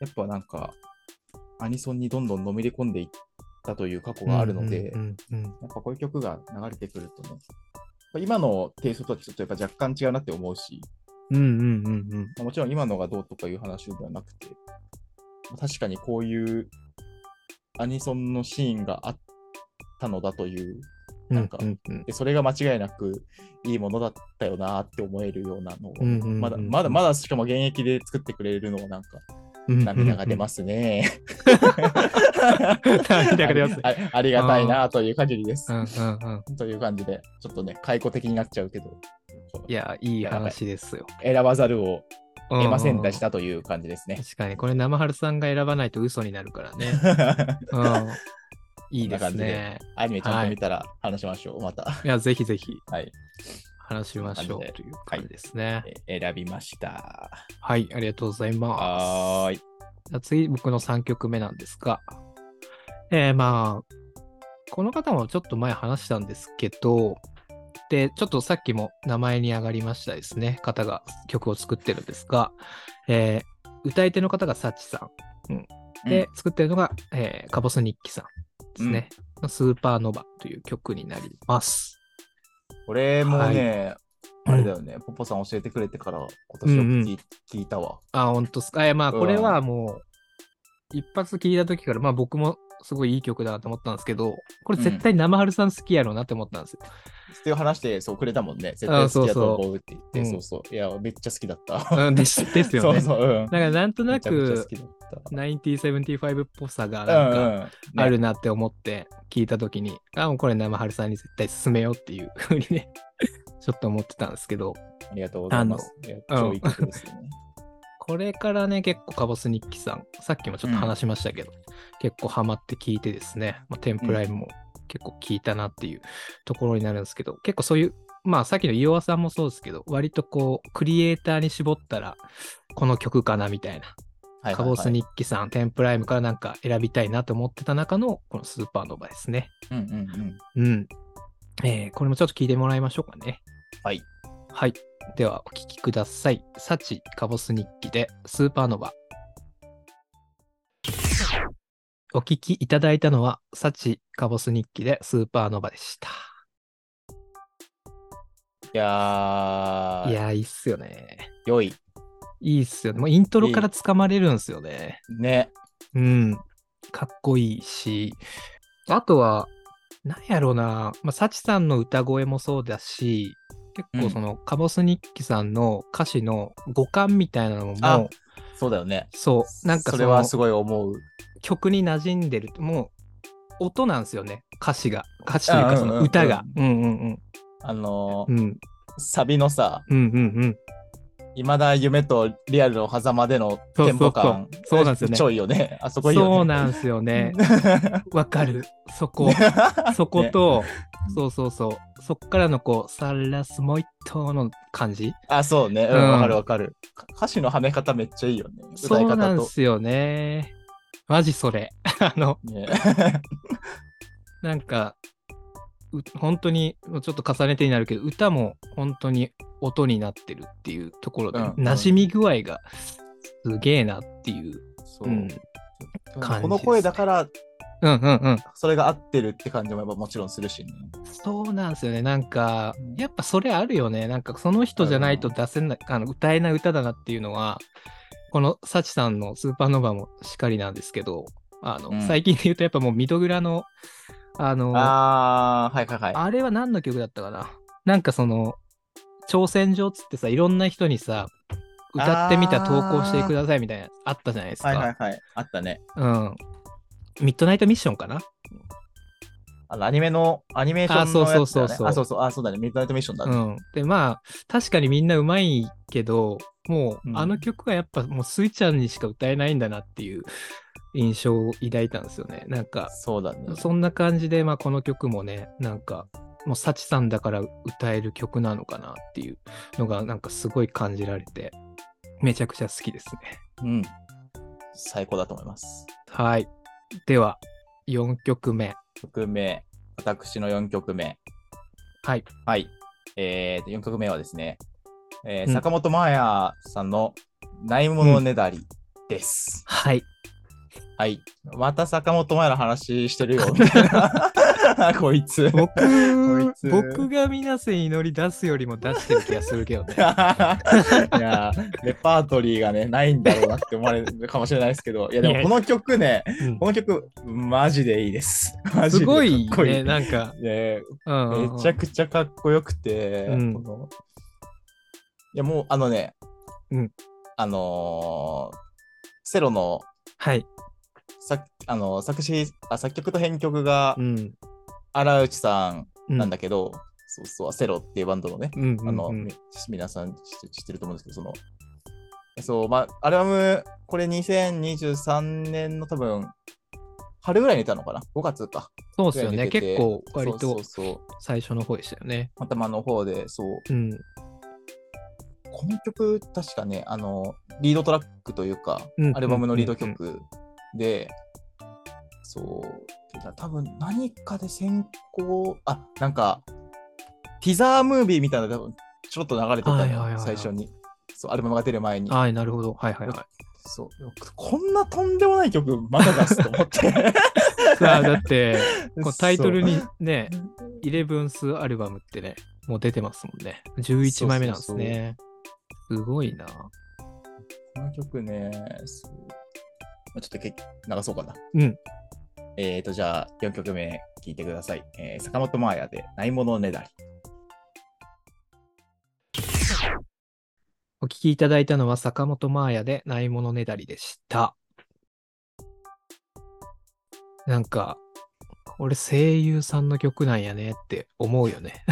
S2: やっぱなんか、アニソンにどんどんのみり込んでいったという過去があるので、
S1: うんうんうん
S2: やっぱこういう曲が流れてくるとね、やっぱ今のテイストとはちょっとやっぱ若干違うなって思うし、
S1: うんうんうんうん。
S2: まあもちろん今のがどうとかいう話ではなくて、まあ確かにこういうアニソンのシーンがあったのだという、なんか
S1: うんうん
S2: でそれが間違いなくいいものだったよなって思えるようなのを、
S1: うんうんうん
S2: まだまだまだしかも現役で作ってくれるのはなんか
S1: うん、。
S2: 涙が出ますすね。
S1: 涙が出ますね。
S2: ありありがたいなという限りです
S1: う。んうんうん。
S2: という感じで、ちょっとね、解雇的になっちゃうけど、
S1: いや、いい話ですよ。
S2: 選ばざるを
S1: うんうん
S2: 得ませんでしたという感じですね。
S1: 確かに、これ、生春さんが選ばないと嘘になるから ね。うん。いいですね。
S2: アニメちゃんと見たら話しましょう、また。
S1: いや、ぜひぜひ
S2: はい、
S1: 話しましょうという感じですね。
S2: え選びました。
S1: はい、ありがとうございます。
S2: はーい。
S1: じゃあ次、僕の3曲目なんですが、えーまあ、この方もちょっと前話したんですけど、で、ちょっとさっきも名前に上がりましたですね、方が曲を作ってるんですが、えー歌い手の方がサッチさん。うんで、作ってるのが、えーカボス日記さんですね。スーパーノバという曲になります。
S2: これもね、あれだよね、ポッポさん教えてくれてから今年よく聞,、聞いたわ。
S1: あ、ほんとっすか。えまあ、
S2: うん
S1: これはもう、一発聴いた時から、まあ僕もすごいいい曲だなと思ったんですけど、これ絶対生春さん好きやろうなって思ったんですよ。
S2: っていう話でそうくれたもんね。絶対好きだと思うって言って、
S1: あ
S2: そ
S1: そうう
S2: そう。いや、めっちゃ好きだった。
S1: うん、です ですよ
S2: そう
S1: ね。
S2: そう、うん。
S1: だからなんとな
S2: めちゃくちゃ好
S1: く
S2: きだった。
S1: 9075っぽさがなん
S2: う
S1: か
S2: んうん、
S1: あるなって思って聞いた時に、あ、もうこれ生春さんに絶対勧めようっていうふうにね、ちょっと思ってたんですけど、
S2: ありがとうございます。いや超いい曲ですよね。
S1: これからね、結構カボス日記さん、さっきもちょっと話しましたけど、結構ハマって聞いてですね、まあ、テンプライムも結構聞いたなっていうところになるんですけど、結構そういう、まあさっきのイオワさんもそうですけど、割とこう、クリエイターに絞ったら、この曲かなみたいな、
S2: はいはいはい
S1: カボス日記さん、テンプライムからなんか選びたいなと思ってた中の、このスーパーノバですね。
S2: うんうんうん。
S1: うん。えーこれもちょっと聞いてもらいましょうかね。
S2: はい。
S1: はい。では、お聴きください。サチカボス日記でスーパーノバ。お聴きいただいたのは、サチカボス日記でスーパーノバでした。
S2: いやー、
S1: いやー、いいっすよね。
S2: 良い。
S1: いいっすよね。もうイントロからつかまれるんすよね。
S2: ね。
S1: うん。かっこいいし。あとは、なんやろうな、まあ、サチさんの歌声もそうだし、結構その、カボス日記さんの歌詞の五感みたいなのも、
S2: あそうだよね。
S1: そう、なんか
S2: そ
S1: そ
S2: れは
S1: の
S2: すごい思う。
S1: 曲に馴染んでる、もう音なんですよね、歌詞が。歌詞というか、その歌が。うんうんうん。
S2: あの
S1: う
S2: ー
S1: ん
S2: サビのさ、
S1: うんうんうん。
S2: いまだ夢とリアルの狭間でのテンポ感、
S1: そうそうそうそうなんですよね
S2: ちょいよね。あそこいいよね。
S1: そうなんですよね。わかる。そこ。そこと、そうそうそう。そっからのこう、サラスモイトの感じ。
S2: あ、そうね。うん、
S1: うん
S2: わかるわかる。か歌詞のはめ方めっちゃいいよね。歌い
S1: そうな
S2: 方
S1: んで
S2: と。
S1: すよね。マジそれ。あの、
S2: ね、
S1: なんか、う本当に、ちょっと重ねてになるけど、歌も本当に音になってるっていうところで、
S2: うん
S1: 馴染み具合がすげえなっていう。
S2: そう、
S1: うん感じですね
S2: この声だから、
S1: うんうんうん。
S2: それが合ってるって感じもやっぱもちろんするしね。
S1: そうなんですよね。なんか
S2: うん、
S1: やっぱそれあるよね。なんか、その人じゃないと出せない、あの歌えない歌だなっていうのは、このサチさんのスーパーノヴァもしかりなんですけど、あの、
S2: うん
S1: 最近で言うと、やっぱもうミドグラの、あの、
S2: あー、はいはいはい。
S1: あれは何の曲だったかななんかその、挑戦状っつってさ、いろんな人にさ、歌ってみた投稿してくださいみたいな、あったじゃないですか。
S2: はいはいはい。あったね。
S1: うん。ミッドナイトミッションかな
S2: あの、アニメの、アニメーションのやつだよね。
S1: あそうそうそうそう
S2: あ、そうそう、あ、そうだね。ミッドナイトミッションだ
S1: う
S2: ね。
S1: ん、でまあ確かにみんなうまいけどもう、
S2: うん
S1: あの曲はやっぱもうスイちゃんにしか歌えないんだなっていう印象を抱いたんですよねなんか
S2: そうだね。
S1: そんな感じで、まあ、この曲もねなんかもうサチさんだから歌える曲なのかなっていうのがなんかすごい感じられてめちゃくちゃ好きですね
S2: うん。最高だと思います。
S1: はいでは4曲目
S2: 曲名、私の4曲目。
S1: はい
S2: はい。えー、4曲目はですね、えー
S1: うん
S2: 坂本真綾さんのないものねだりです。
S1: はい
S2: はい。また坂本真綾の話してるよ、 みたいな。こ いつ。
S1: 僕
S2: いつ
S1: 僕が皆さんに乗り出すよりも出してる気がするけどね
S2: いやーレパートリーがね、ないんだろうなって思われるかもしれないですけど、いや、でもこの曲ね、
S1: うん
S2: この曲、マジでいいです。マジ
S1: す
S2: で
S1: ごい
S2: かっこ
S1: ね、なんか、
S2: ね
S1: うんうんうん
S2: めちゃくちゃかっこよくて、
S1: うん
S2: このいや、もう、あのね、
S1: うん
S2: あのーセロの
S1: はい、
S2: 作あの作詞あ、作曲と編曲が
S1: うん、
S2: 荒内さん
S1: な
S2: なんだけど、そうそう、セロっていうバンドのね、
S1: うんうんうん、
S2: あの、み皆さん知って知ってると思うんですけど、その、そう、まあ、アルバム、これ2023年の多分、春ぐらいに出たのかな ?5 月か。
S1: そうですよね、
S2: ぐらいに出て
S1: 結構割
S2: そうそ
S1: と
S2: うそう。
S1: 最初の方でしたよね。
S2: 頭の方で、そう。
S1: うん、
S2: この曲、確かね、あの、リードトラックというか、
S1: うん
S2: アルバムのリード曲で、そう、多分何かで先行、あ、なんか、ティザームービーみたいなの多分ちょっと流れてた
S1: はいはいはいは
S2: の、
S1: い
S2: 最初に。そう、アルバムが出る前に。
S1: はい、なるほど、はいはいは
S2: そう。こんなとんでもない曲、まだ出すと思って。
S1: い。さあだって、 こうタイトルにね
S2: そう。、
S1: 11th アルバムってね、もう出てますもんね。11枚目なんですね。すごいな。
S2: この曲ね、そうまあちょっとけ流そうかな。
S1: うん。
S2: えーと、じゃあ、4曲目聴いてください。えー坂本真綾で、ないものねだり。
S1: お聴きいただいたのは坂本真綾でないものねだりでした。なんか、俺声優さんの曲なんやねって思うよね。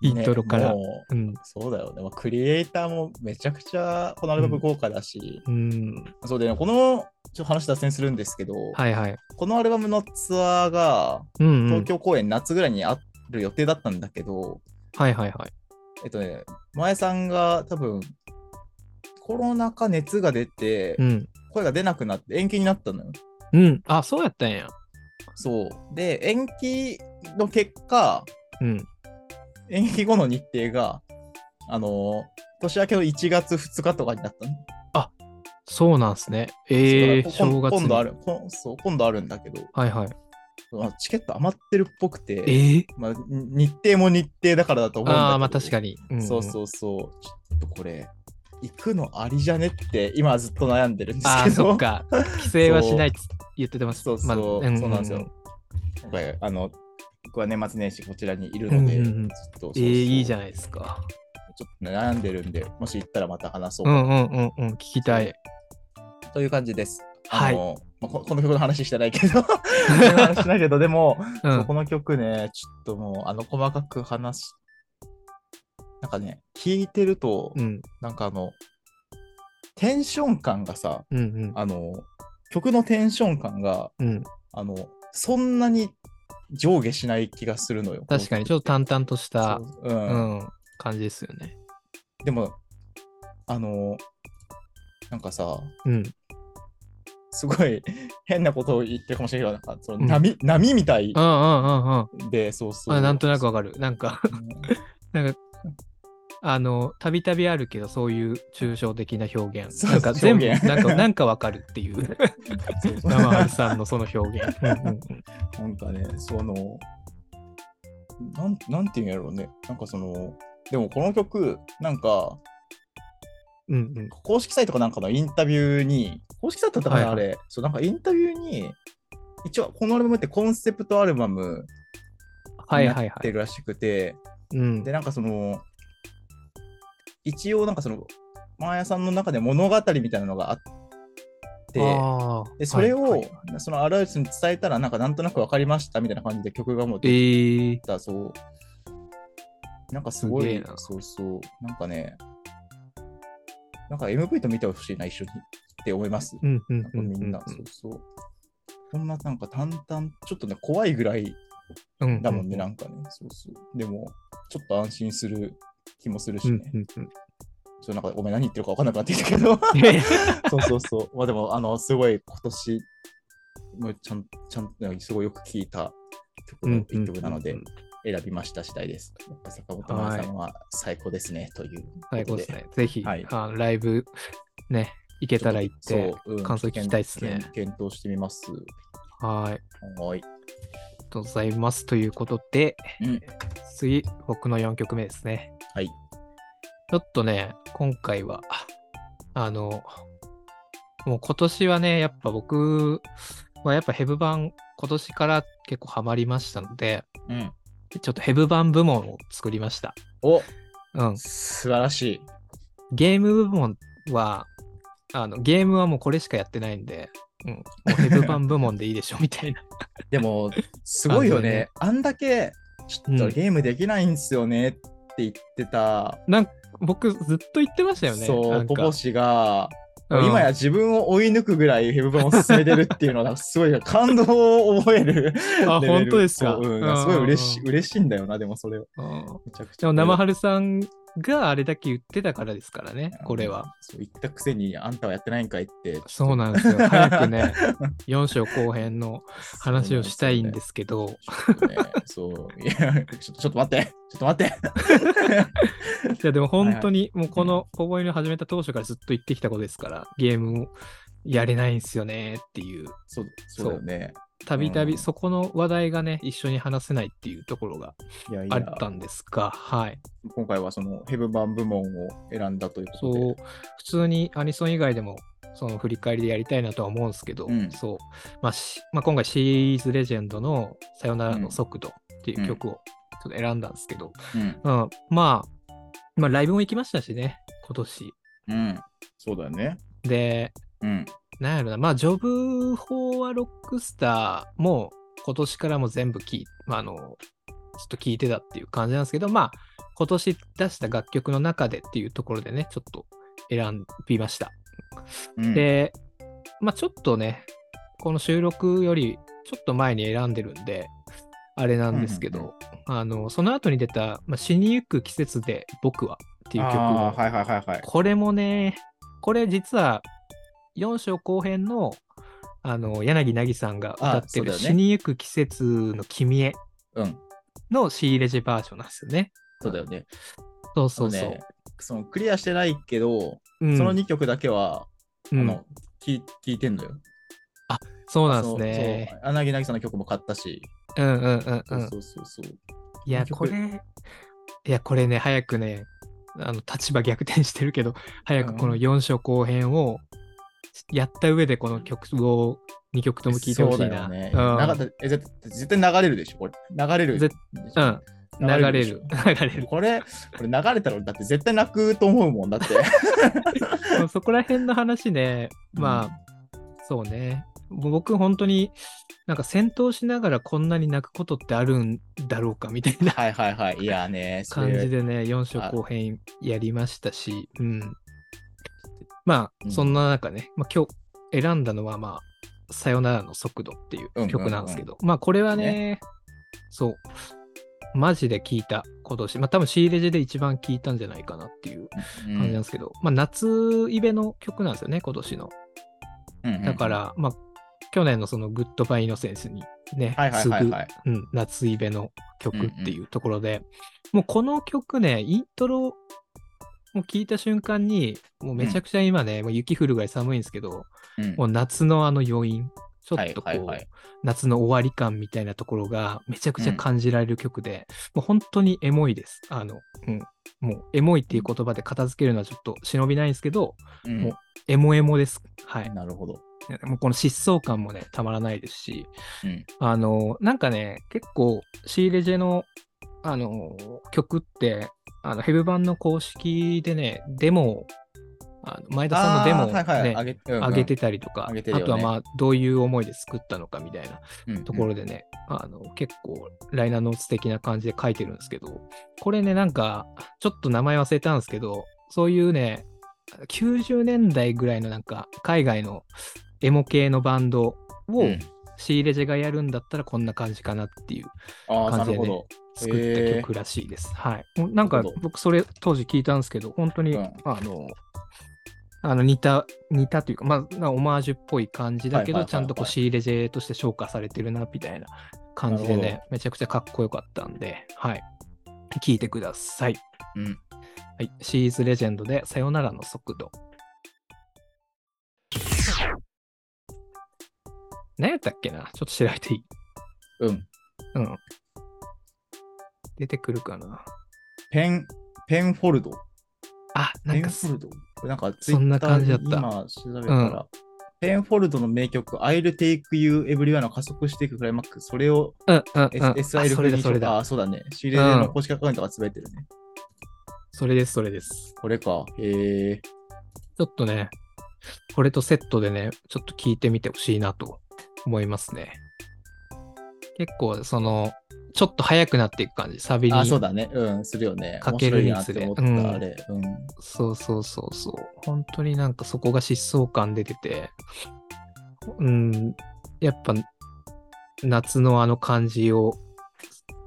S1: イントロから。
S2: ねもう
S1: うん。
S2: そうだよね。まあ、クリエイターもめちゃくちゃこのアルバム豪華だし、
S1: うん。
S2: そうでね、この、ちょっと話脱線するんですけど、
S1: はいはい。
S2: このアルバムのツアーが、
S1: うん、うん。
S2: 東京公演夏ぐらいにある予定だったんだけど、
S1: はいはいはい。
S2: えっとね、前さんが多分、コロナ禍熱が出て
S1: う、ん。
S2: 声が出なくなって延期になったのよ。
S1: うん。あ、そうやったんや。
S2: そう。で、延期の結果、
S1: うん。
S2: 延期後の日程が、あのー年明けの1月2日とかになったの。
S1: そうなんすね。ええー、
S2: そう
S1: 正月に。
S2: だからこ今度あるこんそう、今度あるんだけど、
S1: はいはい。
S2: まあチケット余ってるっぽくて、
S1: ええ
S2: まあ、に日程も日程だからだと思うんだけど。
S1: ああ、まあ確かに。うん
S2: そう
S1: う
S2: そうそう。ちょっとこれ、行くのありじゃねって、今はずっと悩んでるん
S1: ん。
S2: です
S1: ああ、
S2: け
S1: そっ
S2: ど。
S1: か。規制はしないって言っててます。
S2: そうそう
S1: まあ
S2: そうなんですよ。今回、あの、僕は年末年始こちらにいる
S1: う
S2: の
S1: ん
S2: で、
S1: うんうん
S2: ずっと
S1: ええいいじゃ
S2: ん。
S1: ないですか。
S2: ちょっとね悩んでるんで、もし行ったらまた話そう
S1: う
S2: か
S1: んうんうんうん。聞きたい。
S2: という感じです。
S1: はい
S2: あのまあここの曲の話してない けど、この話しないけど、でも、
S1: う
S2: そうんこ。の曲ね、ちょっともう、あの、細かく話し、なんかね、聴いてると、
S1: うん
S2: なんかあの、テンション感がさ、
S1: うんうん
S2: あの、曲のテンション感が、
S1: うん。
S2: あの、そんなに上下しない気がするのよ。
S1: 確かに、ちょっと淡々とした、
S2: そううん
S1: うん、感じですよね。
S2: でも、あの、なんかさ、
S1: うん。
S2: すごい変なことを言ってるかもしれないけど、なんかその
S1: うん
S2: 波、波みたい
S1: うんうんうんうん。
S2: で、そうそう。
S1: あなんとなくわかる。なんか、 なんか、あの、たびたびあるけど、そういう抽象的な表現。
S2: そう
S1: なんか全部、
S2: 表現
S1: なんか、なんかわかるって いう、
S2: そうそう
S1: 生春さんのその表現。うんうん
S2: なんかね、その、なんなんていうんやろうね。なんかその、でもこの曲、なんか、
S1: うん。うん
S2: 公式サイトかなんかのインタビューに、公式サイトだったかな、
S1: はいはい
S2: あれ。そう、なんかインタビューに、一応、このアルバムってコンセプトアルバム
S1: は
S2: に
S1: い
S2: なっ
S1: はいは
S2: て
S1: い。
S2: るらしくて、
S1: うん
S2: で、。なんかその、一応なんかその、マーヤさんの中で物語みたいなのがあって、
S1: あー
S2: でそれ
S1: はいは
S2: を
S1: い
S2: そのアラウスに伝えたら、なんかなんとなく分かりましたみたいな感じで曲がもう
S1: え
S2: 出
S1: ー、
S2: てた、そう。なんかすご
S1: すげえ
S2: い
S1: な、
S2: そうそう。なんかね、なんか MV と見てほしいな、一緒にって思います。
S1: うんうん
S2: なんか
S1: うんうん
S2: みんな、そうそう。こんななんか淡々、ちょっとね、怖いぐらい
S1: うんうん
S2: だもんね、なんかね、そうそう。でも、ちょっと安心する気もするし
S1: う
S2: ね。
S1: んうんうん
S2: ちょっとなんか、ごめん、何言ってるか分かんなくなってきたけど。
S1: いやいや
S2: そうそうそう。まあでも、あの、すごい今年、もうちゃん、ちゃんと、すごいよく聴いた曲の一曲なので、
S1: うんうん
S2: 選びました次第です。やっぱ坂本真綾さんは最高ですね、ということ。
S1: 最高ですね。ぜひ、
S2: はい
S1: あライブ、ね、行けたら行って、
S2: そううん
S1: 感想聞きたいですね
S2: 検検討してみます。
S1: はい。あり
S2: はい。
S1: がとうございます。ということで、
S2: うん
S1: 次、僕の4曲目ですね。
S2: はい。
S1: ちょっとね、今回は、あの、もう今年はね、やっぱ僕はやっぱヘブ版、今年から結構ハマりましたので、
S2: うん。
S1: ちょっとヘブ版部門を作りました。
S2: お
S1: うん。
S2: 素晴らしい。
S1: ゲーム部門は、あの、ゲームはもうこれしかやってないんで、うん、もうヘブ版部門でいいでしょ、みたい な。
S2: でも、すごいよね。あんだけ、ちょっ
S1: う
S2: と
S1: ん
S2: ゲームできないんですよねって言ってた、
S1: 僕ずっと言ってましたよね。
S2: そ
S1: な
S2: う、
S1: ん
S2: ポ
S1: か
S2: ポ氏が、
S1: うん
S2: 今や自分を追い抜くぐらいヘブ版を進めてるっていうのはす ごい感動を覚える
S1: あ
S2: レベル
S1: 本当ですか
S2: そううん
S1: うん
S2: すごい嬉しい嬉しいんだよなでもそれを
S1: うん
S2: めちゃくち
S1: で
S2: ゃ
S1: も生春さんがあれだけ言ってたからですからね、これは。
S2: そう言ったくせにあんたはやってないんかいって
S1: そうなん ですよ。早くね、4章後編の話をしたいんですすけど、
S2: ちょっとねそういやちょっとちょっと待ってちょっと待って
S1: いやでも本当にもうこの小声の始めた当初からずっと言ってきたことですから、ゲームをやれないんですよねっていう、
S2: そうそうだよね
S1: たびた
S2: う
S1: び
S2: ん
S1: そこの話題がね、一緒に話せないっていうところが
S2: いやい
S1: あ
S2: や
S1: ったんですが、はい。
S2: 今回はそのヘブ版部門を選んだということで
S1: そう、普通にアニソン以外でも、その振り返りでやりたいなとは思うんですけど、
S2: うん
S1: そう、まあしまあ、今回シリーズレジェンドの「さよならの速度」っていう曲をちょっと選んだんですけど、
S2: うん
S1: うんまあ、まあ、ライブも行きましたしね、今年。
S2: うんそうだよね
S1: で、
S2: うん
S1: なんやろな、まあ、ジョブ法はロックスターも今年からも全部聞い、まあ、あの、ちょっと聞いてたっていう感じなんですけど、まあ、今年出した楽曲の中でっていうところでね、ちょっと選びました。
S2: うん
S1: で、まあちょっとね、この収録よりちょっと前に選んでるんで、あれなんですけど、
S2: うんう
S1: あの、その後に出た、まあ、死にゆく季節で僕はっていう曲、
S2: あーはいはいはいはい
S1: これもね、これ実は4章後編の、あの、柳凪さんが歌って
S2: あ
S1: る、
S2: そうだよ
S1: 死
S2: ね
S1: にゆく季節の君へ
S2: うん
S1: のシーレジバージョンなんですよね。
S2: そうだよね
S1: そうそうそう。
S2: あのねそのクリアしてないけど、
S1: うん
S2: その2曲だけは、
S1: うん
S2: あの聞聞いてんのよ。
S1: そうなんですね。
S2: そう。そう柳凪さんの曲も買ったし、
S1: うんうんうん
S2: そ
S1: うん
S2: う。そうそうそう。
S1: いや、
S2: 結
S1: こ
S2: 局
S1: れ、いや、これね、早くね、あの、立場逆転してるけど、早くこの
S2: うん
S1: 4章後編を、やった上でこの曲を2曲とも聴いてほしい
S2: そうだ
S1: な。
S2: よね
S1: うん
S2: なかったえ絶絶対流れるでしょ、これ。流れる。
S1: ぜうん流れ
S2: でし
S1: る
S2: ょ。
S1: 流れる。
S2: これ、これ流れたら、だって絶対泣くと思うもん だって。
S1: そうそこら辺の話ね、まあ、そうね。もう僕、本当に、なんか戦闘しながらこんなに泣くことってあるんだろうか、みたいな
S2: あ、はいはいはい。いやね、それ
S1: 感じでね、4章後編やりましたし、うん。ま
S2: う
S1: あ、
S2: ん
S1: そんな中ね、まあ、今日選んだのは、まあ、さよならの速度っていう曲なんですけど、まあ、これはね、そう、マジで聞いた今年、まあ、多分 C レジで一番聞いたんじゃないかなっていう
S2: う
S1: 感じなんですけど、まあ、夏イベの曲なんですよね、今年の。
S2: ん
S1: だか、ら、まあ、去年のそのグッドバイイノセンスにね、
S2: はいはい
S1: すぐ、
S2: はいはい
S1: うん、夏イベの曲っていうところで、もうこの曲ね、イントロを聞いた瞬間に、もうめちゃくちゃ今ね、もう雪降るぐらい寒いんですけど、
S2: うんうんうん
S1: もう夏のあの余韻、ちょっとこう、
S2: はいはいはい
S1: 夏の終わり感みたいなところがめちゃくちゃ感じられる曲で、もう本当にエモいです。あの、うん、もうエモいっていう言葉で片付けるのはちょっと忍びないんですけど、
S2: うん
S1: もエモエモです。はい。
S2: なるほど。
S1: もうこの疾走感もね、たまらないですし、
S2: うん
S1: あの、なんかね、結構、シーレジェの、あの、曲って、あのヘブ版の公式でね、デモを、あの前田さんのデモを
S2: あーはいはい、
S1: ね、
S2: 上げうんうん
S1: 上げてたりとか、
S2: 上げてる
S1: あ
S2: よね
S1: とはまあどういう思いで作ったのかみたいな
S2: うんうん
S1: ところでね、あの結構ライナーノーツ的な感じで書いてるんですけど、これね、なんかちょっと名前忘れたんですけど、そういうね、90年代ぐらいのなんか海外のエモ系のバンドを
S2: うん
S1: 仕入れジがやるんだったらこんな感じかなっていう
S2: ああ、な
S1: 感じ
S2: る
S1: でね
S2: ほど。
S1: 作った曲らしいです。はい。もうなん
S2: な
S1: か
S2: るほど
S1: 僕それ当時聞いたんですけど、本当に、
S2: うん
S1: あの、あの似た、似たというか、まあ、なオマージュっぽい感じだけ
S2: は
S1: ど、
S2: いはいはいはい
S1: ちゃんとこう仕入れ勢として消化されてるな、みたいな感じで
S2: なる
S1: ね、めちゃくちゃかっこよかったんで、はい。聞いてください。
S2: うん
S1: はい。シーズレジェンドで、さよならの速度。何やったっけなちょっと調べていい
S2: うん。
S1: うん。出てくるかな
S2: ペン、ペンフォルド。
S1: あ、な
S2: ペ
S1: ん
S2: ン
S1: か
S2: フォ
S1: す、
S2: ルドこれなんかツイ
S1: そんな
S2: ッター
S1: 感じ
S2: に
S1: だった
S2: 今調べたら、ペンフォルドの名曲、I'll Take You Everywhere の加速していくクライマックス、それを
S1: うんうんうん。あ
S2: SIL
S1: それだ、それだ。
S2: あ、そうだね。仕入れの公式アカウントが集めてるね。
S1: それです、それです。
S2: これか。へえ。
S1: ちょっとね、これとセットでね、ちょっと聞いてみてほしいなと思いますね。結構、その、ちょっと早くなっていく感じ、サビに。
S2: あ、そうだね。うん、するよね。
S1: かける
S2: 面白いなって思っ
S1: うん
S2: た、あれ。うん。
S1: そうそうそうそう。本当になんかそこが疾走感出てて、うん、やっぱ夏のあの感じを、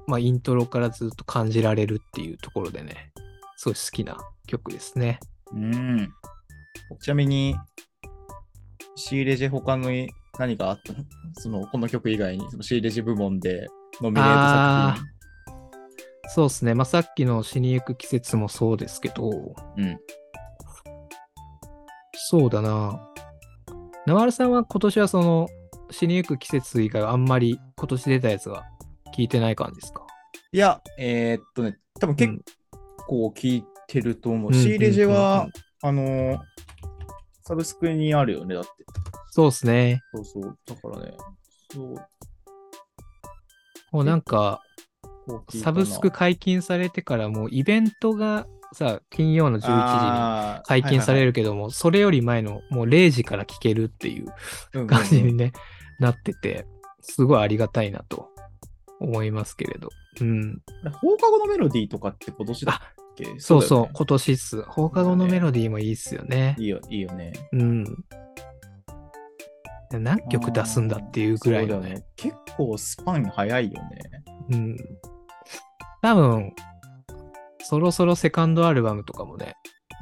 S1: まあイントロからずっと感じられるっていうところでね、すごい好きな曲ですね。
S2: うん。ちなみに、シーレジェ他に何かあったの その、この曲以外に、そのシーレジェ部門でノミネート作
S1: そうですね。まあさっきの死にゆく季節もそうですけど、
S2: 品。うん。
S1: そうだな。ナワルさんは今年はその死にゆく季節以外はあんまり今年出たやつは聞いてない感じですか
S2: いや、えーっとね、多分結構聞いてると思
S1: う
S2: う。
S1: ん
S2: シーレジェ
S1: う
S2: は
S1: ん、
S2: あのーサブスクにあるよね、だって。
S1: そうですね。
S2: そうそう。だからね、そう。
S1: もうなんか、
S2: こう聞いた
S1: サ
S2: な
S1: ブスク解禁されてからもうイベントがさ、金曜の11時に
S2: あー
S1: 解禁され
S2: る
S1: るけども、それより前のもう0時から聞けるっていう感じにね、なってて、すごいありがたいなと思いますけれど。うん。
S2: 放課後のメロディーとかって今年だっけ
S1: そうそう、
S2: だよね
S1: 今年っす。放課後のメロディーもいいっすよね。
S2: いいよ、いいよね。
S1: うん。何曲出すんだっていうぐらいの
S2: そうだよ
S1: ね。
S2: ね。結構スパン早いよね。
S1: うん。多分、そろそろセカンドアルバムとかもね、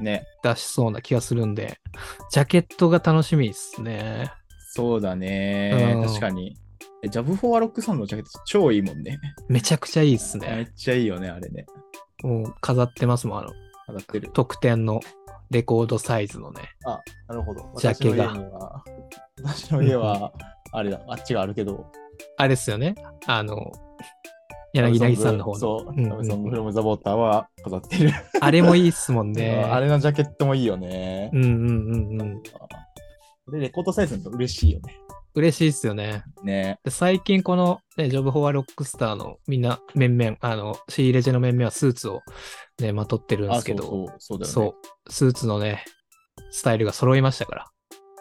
S2: ね。
S1: 出しそうな気がするんで、ジャケットが楽しみですね。
S2: そうだね。
S1: うん
S2: 確かに。えジャブ・フォア・ロックさんのジャケット超いいもんね。
S1: めちゃくちゃいいです
S2: め
S1: ね。
S2: っちゃいいよね、あれね。
S1: もう飾ってますもん、あの、
S2: 当たってる。
S1: 特典のレコードサイズのね。
S2: あ、なるほど。
S1: ジャケが
S2: 私の家には。私の家は、あれだ、あっちがあるけど。
S1: あれですよね。あの、柳凪さんの方の。
S2: そうう。
S1: んうん
S2: ラブソングフロム・ザ・ウォーターは飾ってる。
S1: あれもいいっすもんね。
S2: あれのジャケットもいいよね
S1: う。んうんうんうん。
S2: で、レコードサイズの嬉しいよね。
S1: 嬉しいっすよね。
S2: ね。
S1: で最近この、ね、ジョブ・ホア・ロックスターのみんな、面々、あの、シーレジェの面々はスーツをね、まとってるんですけど、
S2: そうそう、そうだよね。
S1: そう、スーツのね、スタイルが揃いましたから。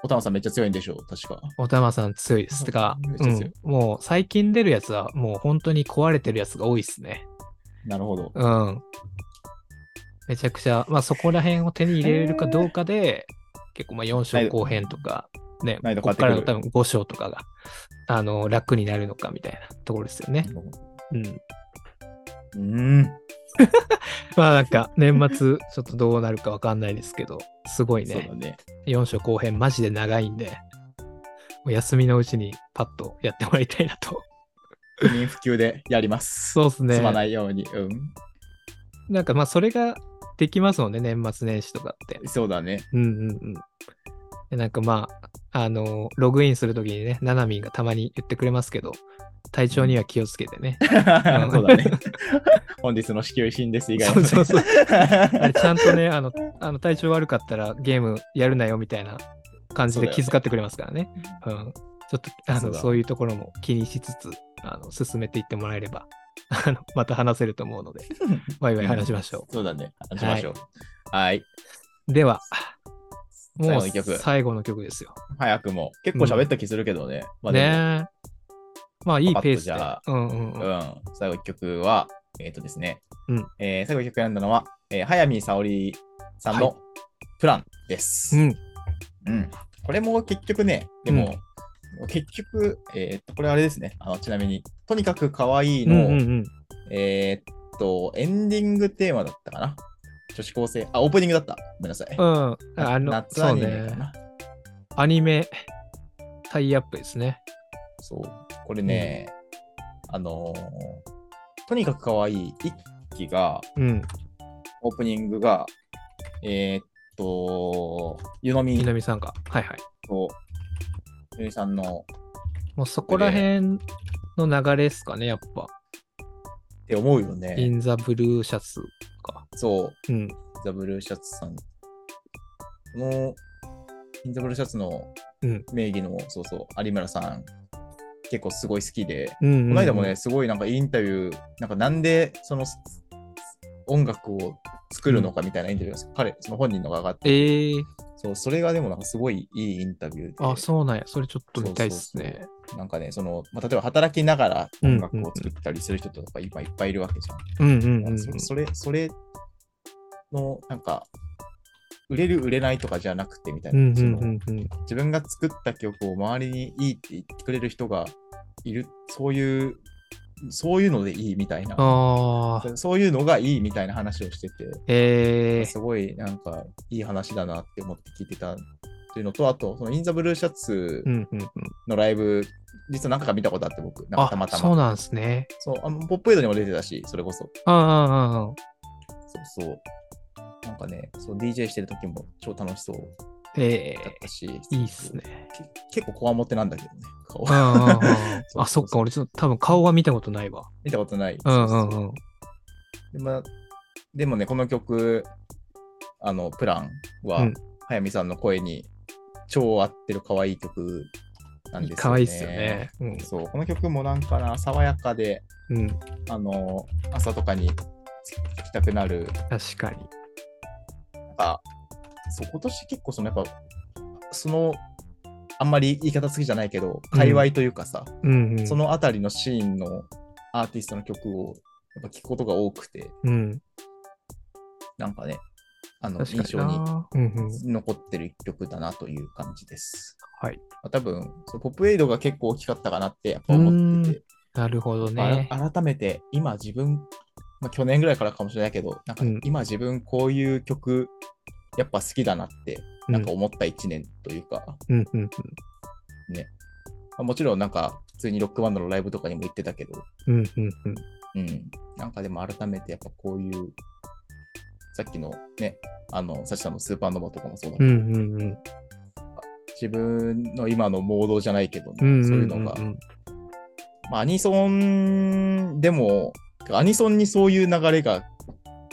S2: おたまさんめっちゃ強いんでしょう、確か。
S1: おたまさん強いです。てか、
S2: めっ
S1: う
S2: ちゃ強い
S1: ん、もう最近出るやつはもう本当に壊れてるやつが多いですね。
S2: なるほど。
S1: うん。めちゃくちゃ、まあそこら辺を手に入れれるかどうかで、結構まあ4章後編とか、ね、
S2: 難易度
S1: こ
S2: 変わ
S1: っ
S2: ってく
S1: から
S2: る
S1: の多分5章とかが、あの、楽になるのかみたいなところですよね。うん。
S2: うん。
S1: まあなんか年 末ちょっとどうなるかわかんないですけど、すごい
S2: そう
S1: ね
S2: だ、ね。
S1: 4章後編マジで長いんで、もう休みのうちにパッとやってもらいたいなと。
S2: 不眠不休でやります。
S1: そうですね。
S2: すまないように。う
S1: なんかまあそれができますもんね、年末年始とかって
S2: ん。。そうだね。
S1: うんうんうん。でなんかまあ、あのログインするときにね、ななみんがたまに言ってくれますけど、体調には気をつけてね。
S2: そうだね。本日の支給品で す以外
S1: そうそう そう。あれ
S2: う。
S1: ちゃんとね、あの、あの体調悪かったらゲームやるなよみたいな感じで気遣ってくれますからね。うん。ちょっと、あの
S2: そ
S1: そうう
S2: だ
S1: いうところも気にしつつ、あの進めていってもらえれば、 あのまた話せると思うので、 ワイワイ話しましょ
S2: そうだね。話しましょう。はい。
S1: う。では、もう
S2: 最後の曲
S1: 最後の曲ですよ。
S2: 早くも。結構喋った気するけどね。まあでも
S1: ねえまあいい
S2: パパッと
S1: ペース
S2: じ
S1: で。
S2: ゃあ
S1: うんうんうん。
S2: うん、最後一曲は、えっ、とですね、
S1: うん
S2: えー最後一曲選んだのは、えー早見沙織さん
S1: は
S2: のプランです、
S1: うん、
S2: うんこれも結局ね、でも、結局、えっと、これあれですねあの、ちなみに、とにかく可愛い
S1: うん
S2: の、
S1: うんうん。
S2: えーっと、エンディングテーマだったかな女子高生、あ、オープニングだった。ごめんなさ
S1: う
S2: い。
S1: ん。
S2: な
S1: あの、
S2: 夏
S1: そ
S2: ア
S1: う
S2: ニメか
S1: ね。
S2: な。
S1: アニメタイアップですね。
S2: そう,、これね、あのーとにかく可愛い一期が、
S1: うん。
S2: オープニングが、えーっと、湯飲み
S1: 南さんが。はいはい。
S2: と、ゆみさんの
S1: もうそこら辺の流れですかね、やっぱ。
S2: って思うよ
S1: イ
S2: ね。
S1: ンザブルーシャツか。
S2: そう、
S1: うん。
S2: ザブルーシャツさん。この、インザブルーシャツの
S1: うん
S2: 名義の、そうそう、有村さん、結構すごい好きで、
S1: うんうん、うん。
S2: この間もね、。すごいなんかインタビュー、なんかなんでそのす音楽を作るのかみたいなインタビューが、彼、その本人のが上がって、
S1: ええー。
S2: そう、それがでもなんかすごいいいインタビューで。
S1: あ、そうなんや。それちょっと見たいですね。
S2: そうそうそう。なんかね、その、まあ、例えば働きながら音楽を作ったりする人とか今いっぱいいるわけじゃん。
S1: うんうんうんうん。
S2: そそれ、それの、なんか、売れる、売れないとかじゃなくてみたいな、
S1: うんう
S2: そ
S1: んう
S2: の
S1: んうん。
S2: 自分が作った曲を周りにいいって言ってくれる人がいる、そういう、そういうのでいいみたいな、
S1: ああ。
S2: そそういうのがいいみたいな話をしてて、
S1: ええ
S2: すごいなんかいい話だなって思って聞いてたっていうのと、あと、そのインザブルーシャツ
S1: うんうんうん。
S2: のライブ、実は何回か見たことあって、僕、なんかたまた
S1: あ、そう
S2: ま。
S1: なんですね。
S2: そうあのポップエイドにも出てたし、それこそ。
S1: ああ、ああ、
S2: そうそう。なんかね、そう DJ してる時も超楽しそう
S1: え
S2: だったし、
S1: えいいっすね。
S2: そう。け結構こわもてなんだけどね、顔
S1: ああああ、あそ
S2: そうそうそう
S1: っか、俺ちょっと多分顔は見たことないわ。
S2: 見たことない。
S1: うんう
S2: そうそうん
S1: うん。
S2: でまあでもね、この曲、あの、プランは、
S1: うん
S2: 早見さんの声に超合ってる可愛い曲なんですよね。
S1: 可愛いっすよね。うん
S2: そう、この曲もなんかな、爽やかで、
S1: うん、
S2: あの、朝とかに聴きたくなる
S1: 確かに。
S2: あそう今年結構そのやっぱそのあんまり言い方好きじゃないけど、
S1: うん
S2: 界隈というかさ、
S1: うんうん。
S2: そのあたりのシーンのアーティストの曲をやっぱ聞くことが多くて
S1: うん、
S2: なんかねあの
S1: 確か
S2: 印象に
S1: なうんうん。
S2: 残ってる一曲だなという感じです、
S1: はい。
S2: まあ、多分そうポップエイドが結構大きかったかなってやっぱ思ってて、
S1: なるほど
S2: まあ
S1: ね。
S2: あら改めて今自分、まあ、去年ぐらいからかもしれないけどなん
S1: う
S2: か
S1: ん
S2: 今自分こういう曲やっぱ好きだなってなんか思った1年というか、
S1: うんうんうん
S2: まあもちろんなんか普通にロックバンドのライブとかにも行ってたけど、
S1: うんうんうん。
S2: うん、なんかでも改めてやっぱこういうさっきのねあのサシさんのスーパーノバとかもそうだけ
S1: う
S2: ど、
S1: んうんうん。
S2: 自分の今のモードじゃないけど、ね
S1: うんんんん
S2: そういうのが、まあ、アニソンでもアニソンにそういう流れが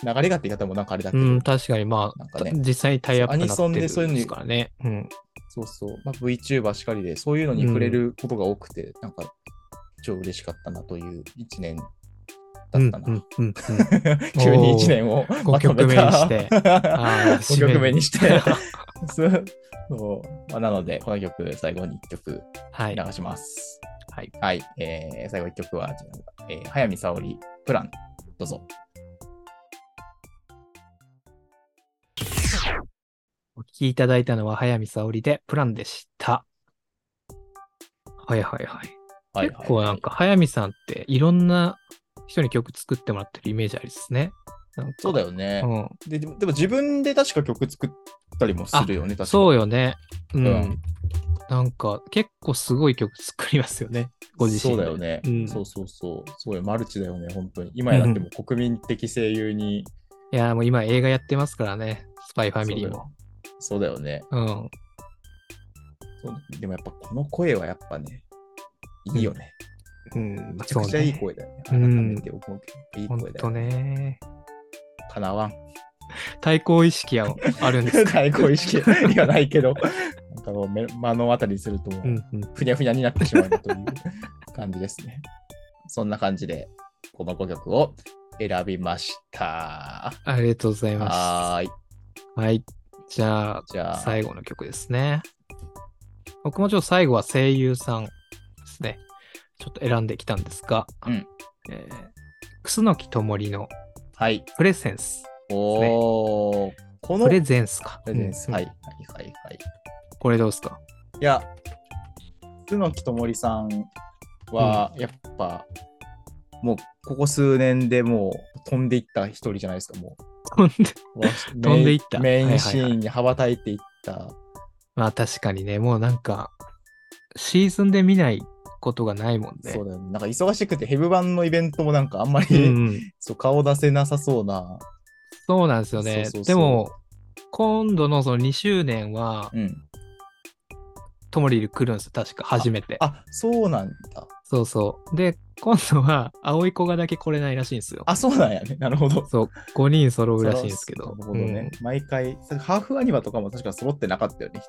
S2: 流れがって言い方もなんかあれだけど、
S1: うん、確かに、ま
S2: なん
S1: あ、
S2: かね
S1: た実際にタイアップになって
S2: そう
S1: る
S2: アニソンでそういうの
S1: ん
S2: に
S1: ですからね。うん。
S2: そうそう、まあ、VTuber しかりでそういうのに触れることが多くて、なんか超嬉しかったなという1年だったな。
S1: うんうんうんうん
S2: 急に1年を
S1: おー
S2: まとめ
S1: 五曲
S2: た
S1: 目 にしてあー
S2: 五曲目にし
S1: 締め
S2: て
S1: る
S2: そうそうまあなのでこの曲最後に1曲
S1: はい。
S2: 流します
S1: はい、
S2: はいえー最後1曲は、じゃあえー早見沙織プランどうぞ
S1: お聞きいただいたのは早見沙織でプランでした。はいはいはい。
S2: はい
S1: 結構なんか早見さんっていろんな人に曲作ってもらってるイメージありですね。なんか
S2: そうだよね、
S1: うん、
S2: ででもでも自分で確か曲作ったりもするよね確か
S1: そう
S2: よ
S1: よね。うん。
S2: うん
S1: なんか結構すごい曲作りますよね。ご自身
S2: そう
S1: で
S2: だよね、
S1: うん
S2: そうそうそうすごいマルチだよね本当に今やだってもう国民的声優に、
S1: いやーもう今映画やってますからね。スパイファミリーも。
S2: そうだよね
S1: うん。
S2: そうでもやっぱこの声はやっぱねいいよね、
S1: うん。
S2: めちゃくちゃい
S1: そう
S2: い
S1: ね。
S2: 声だよね。
S1: う
S2: 改
S1: ん
S2: めて思うけど、いい
S1: ほん
S2: 声だ
S1: と
S2: よね。
S1: ね。
S2: かなわん。
S1: 対抗意識はあるん ですか
S2: 対抗意識にはないけ ど、なんかもう目目の当たりにするとも
S1: う
S2: うん
S1: うん。
S2: ふにゃふにゃになってしまうという感じですね。そんな感じで、この5曲を選びました。
S1: ありがとうございます。
S2: はーい。
S1: はい。じゃ
S2: じゃ
S1: あ、
S2: あ、
S1: 最後の曲ですね。僕もちょっと最後は声優さんですね。ちょっと選んできたんですが、
S2: うん
S1: えー楠木ともりの
S2: はい。
S1: プレセンス。
S2: おー、この
S1: プレゼンスか。
S2: プレゼンス
S1: うん
S2: はい、はい、はい、はい。
S1: これどうですか
S2: いや、角木と森さんは、やっぱ、もう、ここ数年でもう、飛んでいった一人じゃないですか、も
S1: ほんで
S2: う。
S1: 飛んでいった
S2: メイン
S1: はいはいはい
S2: シーンに羽ばたいていった。
S1: まあ確かにね、もうなんか、シーズンで見ないことがないもんね。
S2: そうだよね。なんか忙しくて、ヘブ版のイベントもなんかあんまり、
S1: うんうん
S2: そう顔出せなさそうな。
S1: そうなんですよね。
S2: そうそうそう
S1: でも、今度のその2周年は、
S2: うん。
S1: ともりり来るんですよ、確か、初めて。
S2: あ、そうなんだ。
S1: そうそう。で、今度は、葵子がだけ来れないらしいんですよ。
S2: あ、そうなんやね。なるほど。
S1: そう、5人揃うらしいんですけど。
S2: なるほどね。毎回、ハーフアニマとかも確か揃ってなかったよね、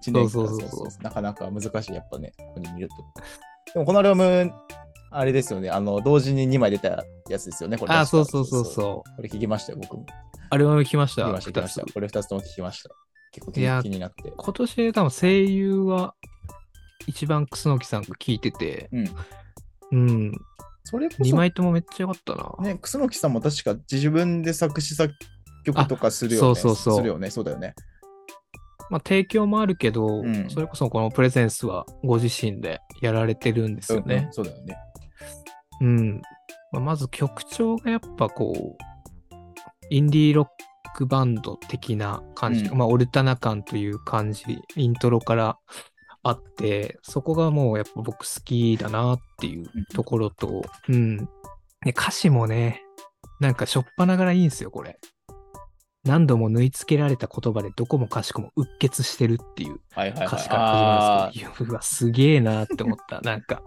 S2: 人。1年
S1: そう
S2: 間
S1: そうそうそう
S2: なかなか難しい、やっぱね、ここに見ると。でも、このアルバム、あれですよね、あの、同時に2枚出たやつですよね、こ
S1: う
S2: れ。
S1: んあ、そうそうそう
S2: う。
S1: そう。
S2: これ聞きましたよ、僕も。
S1: あれは聞きまし
S2: 聞
S1: た。
S2: きました、聞きました。
S1: 二つ
S2: これ2つとも聞きました。結構気
S1: いや
S2: に気になって。
S1: 今年、多分声優は、一番楠木さんが聞いてて、
S2: うん。
S1: うん、
S2: それこ
S1: 2
S2: そ、
S1: 枚ともめっちゃ良かったな。
S2: ね、楠木さんも確か自分で作詞作曲とかするよね。
S1: あそうそうそう
S2: するよね、そうだよね。
S1: まあ、提供もあるけど、
S2: うん
S1: それこそこのプレゼンスはご自身でやられてるんですよね
S2: う。んそうだよね。
S1: うん。まあ、まず曲調がやっぱこう、インディーロックバンド的な感じ、
S2: うん
S1: まあオルタナ感という感じ、イントロからあって、そこがもうやっぱ僕好きだなっていうところと、うん。で歌詞もね、なんかしょっぱながらいいんですよ、これ。何度も縫い付けられた言葉でどこもかしこもうっ血してるっていう
S2: はいはいはい。
S1: 歌詞から始まるんですけど、いやうわ、すげえなって思った。なん か、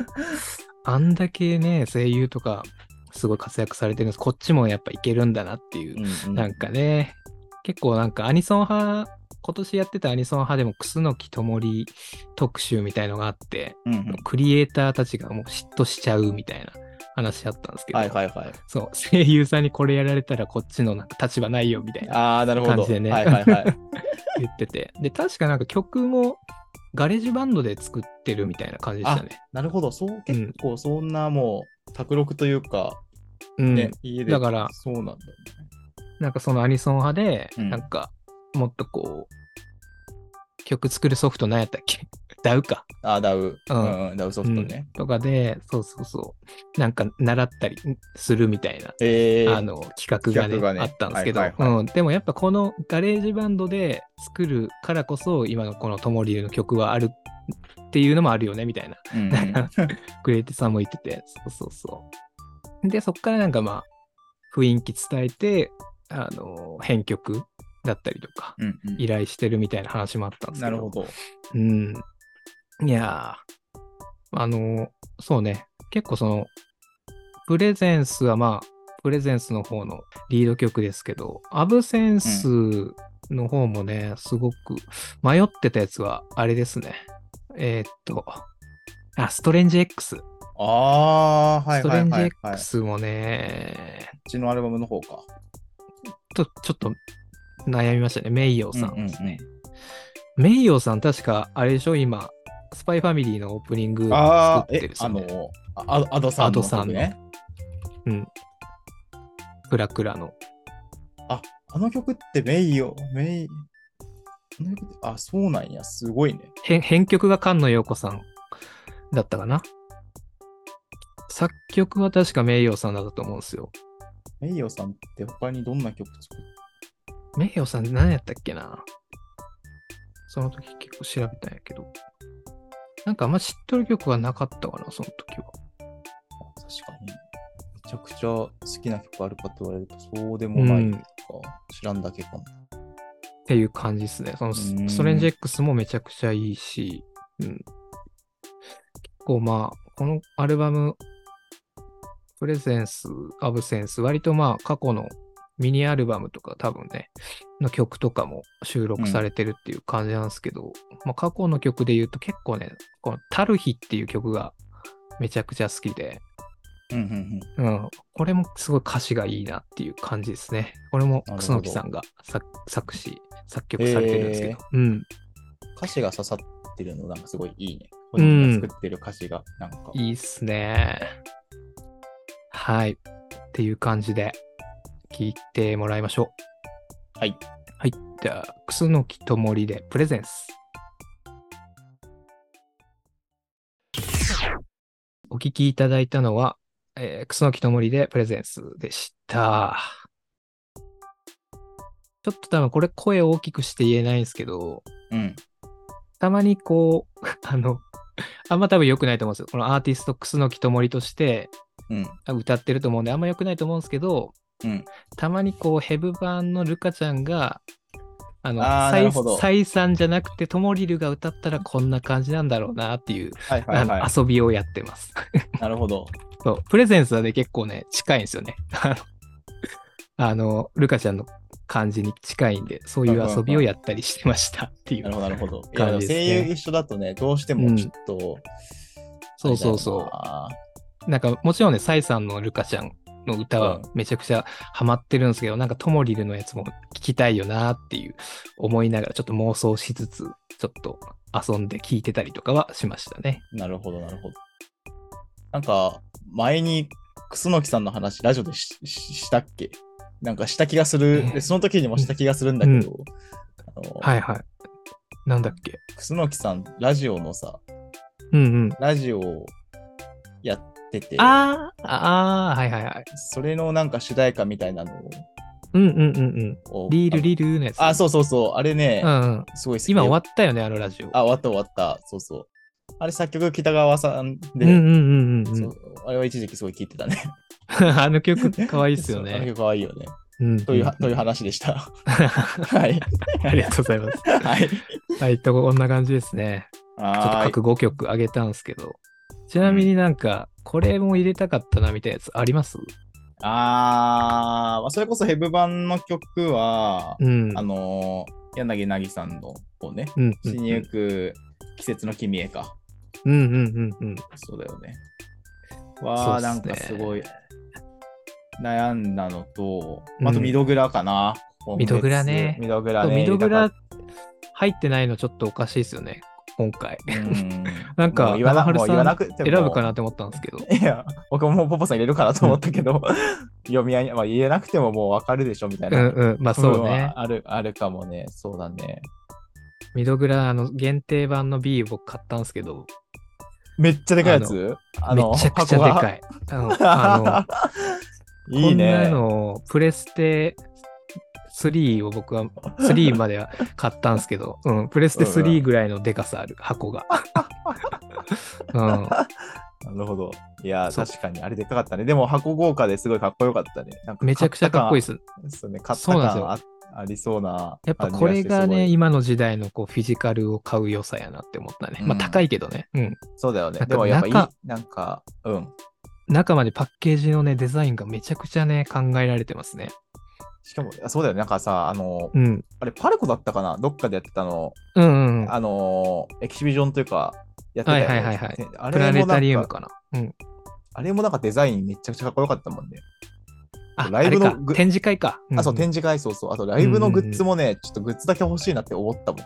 S1: あんだけね、声優とか、すごい活躍されてるんです。こっちもやっぱいけるんだなっていう。
S2: あーうんうん
S1: なんかね、結構なんかアニソン派、今年やってたアニソン派でも、楠木ともり特集みたいのがあって、
S2: うんうん
S1: クリエイターたちがもう嫉妬しちゃうみたいな話あったんですけど、
S2: はいはいはい。
S1: そう、声優さんにこれやられたらこっちのなんか立場ないよみたいな。
S2: ああ、なるほど。
S1: 感じでね
S2: はいはい はい。
S1: 言ってて。で、確かなんか曲もガレージバンドで作ってるみたいな感じでしたね。
S2: なるほど。そう、結構そんなもう、卓録というか、
S1: うん。
S2: ね、家で。
S1: だから
S2: そうなんだよね。
S1: なんかそのアニソン派で、
S2: うん
S1: なんかもっとこう、曲作るソフト何やったっけ ダウか。
S2: あーダウ、
S1: う
S2: うんんうん、ダウソフトね。
S1: うんとかで、そうそうそう。なんか習ったりするみたいな。
S2: えー、
S1: あの企画がね
S2: 企画がね
S1: あったんですけど、
S2: はいはいは
S1: うん、でもやっぱこのガレージバンドで作るからこそ今のこのともりの曲はあるっていうのもあるよねみた いな
S2: うん
S1: なんかグレーテさんも言ってて、そうそうそう。で、そっからなんかまあ、雰囲気伝えて、あの、編曲だったりとか、
S2: うんうん
S1: 依頼してるみたいな話もあったんですけ
S2: な
S1: ど。
S2: るほ。ど。
S1: うん。いやー、あの、そうね、結構その、プレゼンスはまあ、プレゼンスの方のリード曲ですけど、アブセンスの方もね、すごく迷ってたやつは、あれですね。えーっと、あ、ストレンジ X。
S2: ああ、は
S1: ス
S2: い
S1: ト
S2: は
S1: レ
S2: い
S1: ンジ
S2: はい、はい。こ
S1: X もね、
S2: っちのアルバムの方か。
S1: とちょっと悩みましたね。メイヨーさん。
S2: うんうんうん
S1: メイヨーさん、確か、あれでしょ、今、スパイファミリーのオープニング
S2: ああ
S1: 作、って
S2: え
S1: る、
S2: あ
S1: その、
S2: の、あアドさんの。
S1: アドさんの
S2: ね。
S1: クラクラの。
S2: あの曲ってメイよ、メイ。あの曲ってあ、そうなんや、すごいね。
S1: 編編曲が菅野陽子さんだったかな。作曲は確かメイヨーさんだったと思うんですよ。
S2: メイヨさんって他にどんな曲作る
S1: メイヨーさん何やったっけなその時結構調べたんやけど。なんかあんま知っとる曲がなかったかな、その時は。
S2: 確かに。めちゃくちゃ好きな曲あるかと言われると、そうでもないとか、知らんだけかも。
S1: っていう感じですね。そのス
S2: うん
S1: ストレンジ X もめちゃくちゃいいし、うん、結構まあ、このアルバム、プレゼンス、アブセンス、割とまあ過去のミニアルバムとか多分ね、の曲とかも収録されてるっていう感じなんですけど、まあ過去の曲で言うと結構ね、このタルヒっていう曲がめちゃくちゃ好きで、
S2: うんうんうん。
S1: うん、これもすごい歌詞がいいなっていう感じですね。これも
S2: なるほど
S1: 楠木さんが作作詞、作曲されてるんですけど。うん。
S2: 歌詞が刺さってるの、なんかすごいいいね。個
S1: うん
S2: 人が作ってる歌詞が、なんか。
S1: いいっすね。はい。っていう感じで聞いてもらいましょう。
S2: はい。
S1: はい。じゃあ、楠木と森でプレゼンス。お聞きいただいたのは、えー、楠木と森でプレゼンスでした。ちょっと多分これ声を大きくして言えないんですけど、
S2: うん。
S1: たまにこう、 あの、あんま多分良くないと思うんですよ。このアーティスト、楠木と森として
S2: うん。
S1: 歌ってると思うんで、あんま良くないと思うんですけど、
S2: うん
S1: たまにこう、ヘブ版のルカちゃんが、あの、
S2: あーな
S1: サ
S2: る
S1: イ
S2: ほど
S1: サイさんじゃなくて、ともりるが歌ったらこんな感じなんだろうなっていう、
S2: はいはい
S1: あ
S2: は
S1: の遊びをやってます。
S2: い。なるほど。
S1: そう、プレゼンスはね、結構ね、近いんですよね。 あのあの、ルカちゃんの感じに近いんで、そういう遊びをやったりしてましたってい
S2: な
S1: う
S2: る。ほど、なるほど。いや、で
S1: 感
S2: も
S1: じですね
S2: 声優一緒だとね、どうして
S1: う
S2: も
S1: ん
S2: ちょっと、
S1: そうそうそう。
S2: あ
S1: なんかもちろんね、サイさんのルカちゃんの歌はめちゃくちゃハマってるんですけど、なんかトモリルのやつも聞きたいよなっていう思いながら、ちょっと妄想しつつ、ちょっと遊んで聞いてたりとかはしましたね。
S2: れだよななるほど、なるほど。なんか、前に、楠木さんの話、ラジオでしししたっけなんかした気がする
S1: え、え
S2: でその時にもした気がするんだけど、あの
S1: はいはい。なんだっけ。
S2: 楠木さん、ラジオのさ、
S1: うんうん。
S2: ラジオをやってて、
S1: あーあー、はいはいはい。
S2: それのなんか主題歌みたいなの
S1: うんうんうんうん。
S2: を。
S1: リールリールのやつ。
S2: ああ、そうそうそう。あれね、
S1: うんうん。
S2: すごい好きで
S1: 今終わったよね、あのラジオ。
S2: あ、終わった終わった。そうそう。あれ作曲北川さんで、
S1: うんうんうんうんう
S2: そ
S1: ん。
S2: うあれは一時期すごい聴いてたね。
S1: あの曲かわいいっすよ
S2: そうあの
S1: ね。
S2: 曲可愛いよね。
S1: うん。
S2: というは、という話でした。
S1: あ
S2: はい。
S1: りがとうございます。
S2: はい。
S1: はい、とこんな感じですね。ちょっと
S2: はーい
S1: 各5曲あげたんですけど、ちなみになんか、これも入れたかったなみたいなやつあります
S2: あーまあ、それこそヘブ版の曲は、
S1: うん。
S2: あのー、柳凪さんの方ね、
S1: うんうん
S2: 死にゆく季節の君へか。
S1: うんうんうんうん。
S2: そうだよね。わ
S1: そ
S2: あ、
S1: う
S2: な
S1: っす
S2: ん
S1: ね
S2: かすごい悩んだのと、
S1: うん
S2: あとミドグラかな。今月
S1: ミドグラね
S2: ミドグラ
S1: そう
S2: ね。
S1: ミドグ
S2: 入
S1: ラ入ってないのちょっとおかしいですよね、今回。
S2: れたかった。
S1: なんか
S2: もう言わな
S1: 生春
S2: もう言わなくても
S1: 選ぶかなと思ったんですけど。
S2: いや、僕ももうポポさん入れるかなと思ったけど、 読み合い、まあ、言えなくてももうわかるでしょみたい
S1: うん
S2: な。
S1: うん、まあ
S2: 部分
S1: そうね
S2: は。ある、あるかもね。そうだね。
S1: ミドグラ、あの、限定版の B を僕買ったんですけど、
S2: めっちゃでかいやつあ
S1: め
S2: の、
S1: ちゃくちゃで かい。うんあ
S2: い
S1: の、
S2: いいね。
S1: こんなのをプレステ3を僕は、3までは買ったんですけど、うん、プレステ3ぐらいのでかさある箱が。うん、
S2: なるほど。いや、
S1: そう
S2: 確かにあれでかかったね。でも箱豪華ですごいかっこよかったね。なん
S1: めちゃくちゃかっこいいです。
S2: いです。そうね、買った
S1: そうなんですよ
S2: 感あありそうな
S1: やっぱ
S2: 感じ
S1: これ
S2: して
S1: が
S2: すご
S1: ね、
S2: い
S1: 今の時代のこうフィジカルを買う良さやなって思ったね。まあ
S2: うん
S1: 高いけどね。うん。
S2: そうだよね
S1: なん。か
S2: でもやっぱいい
S1: 中、
S2: なんか、うん。
S1: 中までパッケージのね、デザインがめちゃくちゃね、考えられてますね。
S2: しかも、あそうだよね。なんかさ、あの、
S1: うん。
S2: あれ、パルコだったかなどっかでやってたの、
S1: うんうんうん。
S2: あの、エキシビジョンというか、やってたよね
S1: はいはいはいは
S2: あ
S1: プ
S2: れ
S1: ラ
S2: も
S1: ネ
S2: な
S1: タリウ
S2: ん
S1: ム
S2: か、
S1: かな。うん。
S2: あれもなんかデザインめちゃくちゃかっこよかったもんね。
S1: あ、
S2: ライブの
S1: あれか
S2: グ
S1: 展示会か。んん
S2: あ、そう、展示会、そうそう。あと、ライブのグッズもね、ちょっとグッズだけ欲しいなって思ったもん。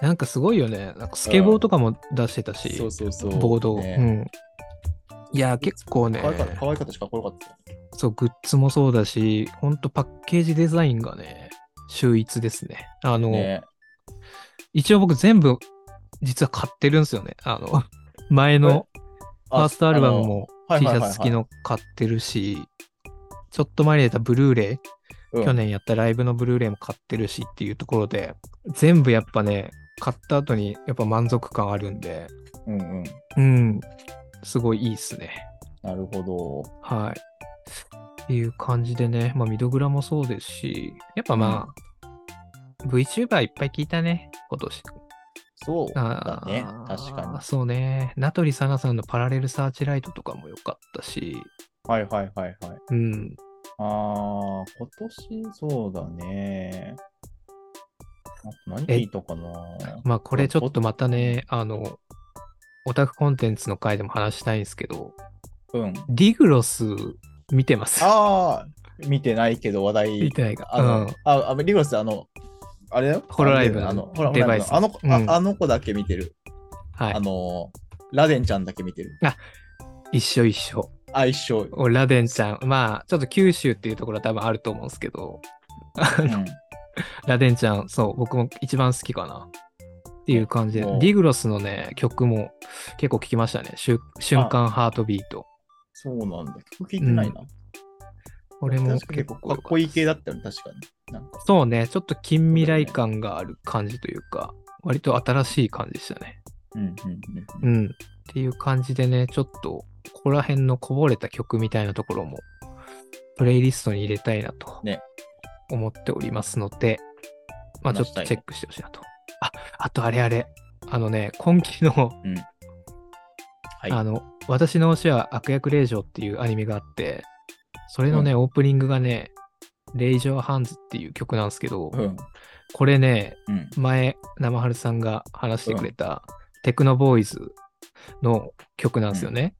S1: なんかすごいよね。なんかスケボーとかも出してたし、
S2: そうそうそう。
S1: ボードを、
S2: ね
S1: うん。いや、結構ね
S2: 可、愛かった可愛かったしかっこよかったよ。
S1: そう、グッズもそうだし、ほんとパッケージデザインがね、秀逸ですね。あの、
S2: ね
S1: 一応僕全部、実は買ってるんですよね。あの、 前のファーストアルバムも T シャツ付き、の買ってるし、ちょっと前に出たブルーレイ、
S2: あの
S1: 去。年やったライブのブルーレイも買ってるしっていうところで、全部やっぱね、買った後にやっぱ満足感あるんで、
S2: うんうんうん。
S1: うん、すごいいいっすね。
S2: なるほ
S1: はい。っていう感じでね、まあ、ミドグラもそうですし、やっぱまあ、VTuber いっぱい聞いたね、今年。
S2: ど。そうだ
S1: あー
S2: ね。確か
S1: そうね。名取さなさんのパラレルサーチライトとかも良かったし、
S2: に。はいはいはいはい。
S1: うん。
S2: あー、今年そうだね。あと何
S1: え
S2: 聞いたかな
S1: まあ、これちょっとまたね、あの、オタクコンテンツの回でも話したいんですけど、
S2: うん。
S1: ディグロス見てます。
S2: ああ、見てないけど話題。
S1: 見てないか。
S2: あの、
S1: うん
S2: あ、あリゴラス、あの、あれだよ。
S1: ホロライブの
S2: あの、ホロライ
S1: デ
S2: ブ
S1: バイ
S2: の
S1: ス
S2: あの子、
S1: う
S2: あ
S1: ん
S2: あの子だけ見てる。
S1: は
S2: あの、ラデンちゃんだけ見てる。
S1: い。一緒一緒。
S2: あ、一緒。
S1: 俺ラデンちゃん。まあ、ちょっと九州っていうところは多分あると思うんですけど、
S2: う
S1: ラデンちゃん、そう、僕も一番好きかな。っていう感じで、デ
S2: もう
S1: ィグロスのね、曲も結構聴きましたね。瞬瞬間ハートビート。
S2: ん、そうなんだ。曲聞いてないな。
S1: 俺も
S2: 確か結構かっこいい系だったよね、確かに。なんか
S1: そうね、ちょっと近未来感がある感じというか、割と新しい感じでしたね。
S2: うんうんう
S1: うんん。っていう感じでね、ちょっと、ここら辺のこぼれた曲みたいなところも、プレイリストに入れたいなと、
S2: ね
S1: 思っておりますので、まあちょっ
S2: 話した
S1: と
S2: いね
S1: チェックしてほしいなと。あ、あとあれあれ、あのね、今期の、
S2: うんはい
S1: あの、私の推しは悪役令嬢っていうアニメがあって、それのね、オープニングがね、令嬢ハンズっていう曲なんですけど、
S2: うん。うん。
S1: これね、
S2: うん。
S1: 前、生春さんが話してくれた、テクノボーイズの曲なんですよね。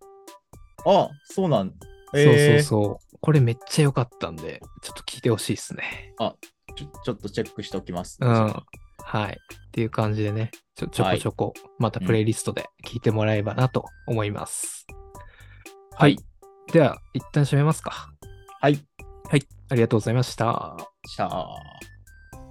S2: あ、そうなん
S1: そう
S2: え
S1: そう
S2: ー
S1: そう。これめっちゃ良かったんで、ちょっと聞いてほしいですね。
S2: ちょちょっとチェックしておきます。
S1: うん。はい。っていう感じでね、ちょちょこちょこ、またプレイリストで聞いてもらえればなと思います。
S2: はい
S1: はい。では、一旦閉めますか。
S2: はい。
S1: はい。ありがとうございました。
S2: したー。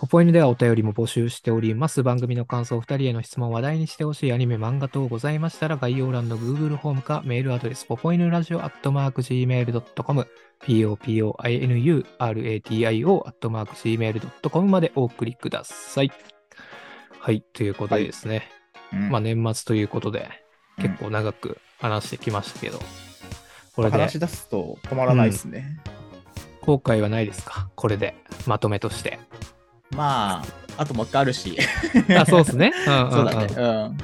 S1: ポポイヌではお便りも募集しております。番組の感想、2人への質問、話題にしてほしいアニメ、漫画等ございましたら、概要欄の Google フォームかメールアドレス、ポポイヌラジオアットマーク Gmail.com、popoinuradio アットマーク Gmail.com までお送りください。はい、ということでですね、
S2: うん
S1: まあ年末ということで、
S2: うん
S1: 結構長く話してきましたけど、これで
S2: 話し出すと止まらないですね。
S1: 後悔はないですかこれで、まとめとして。
S2: まあ、あともう一回あるし。
S1: あ、そう ですね。うんうんうん
S2: そうだね。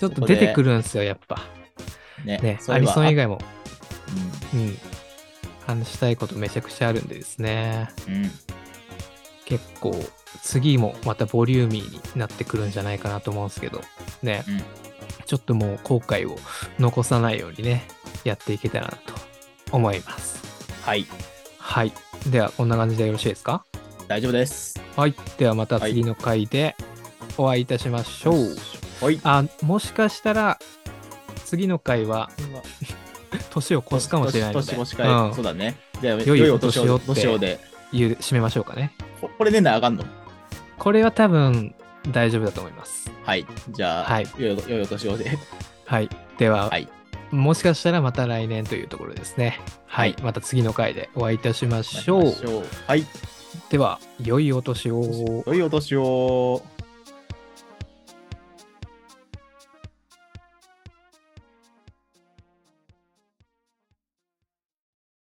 S1: ちょっと出てくるんですよ、やっぱ。
S2: うん。ね
S1: ね、
S2: そう
S1: ア
S2: いえ
S1: ニ
S2: ば
S1: ソン以外も、う
S2: あ
S1: ん、話したいことめちゃくちゃあるんでですね、
S2: うんうん
S1: 結構、次もまたボリューミーになってくるんじゃないかなと思うんですけど、ね、
S2: うん
S1: ちょっともう後悔を残さないようにね、やっていけたらなと思います。
S2: はい、
S1: はい。では、こんな感じでよろしいですか
S2: 大丈夫です。
S1: はい。では、また次の回でお会いいたしましょう。
S2: はい。
S1: あ、もしかしたら、次の回は年を越すかもしれないので、
S2: 年年越し会、
S1: うん
S2: そうだね。じゃあ、
S1: 良
S2: 良
S1: い
S2: い
S1: お
S2: お
S1: 年
S2: 年
S1: を
S2: を
S1: って
S2: 年をで。
S1: 言う締めましょうかね。
S2: ここれでなあかんの
S1: これは多分大丈夫だと思います。
S2: はい。じゃあ、
S1: はい
S2: 良いお良いお年をで。
S1: はい。では、
S2: はい
S1: もしかしたらまた来年というところですね。はい。
S2: は
S1: また次の回でお会いいたしましょう。
S2: しょうはい。
S1: では、良いお年を。
S2: 良いお年を。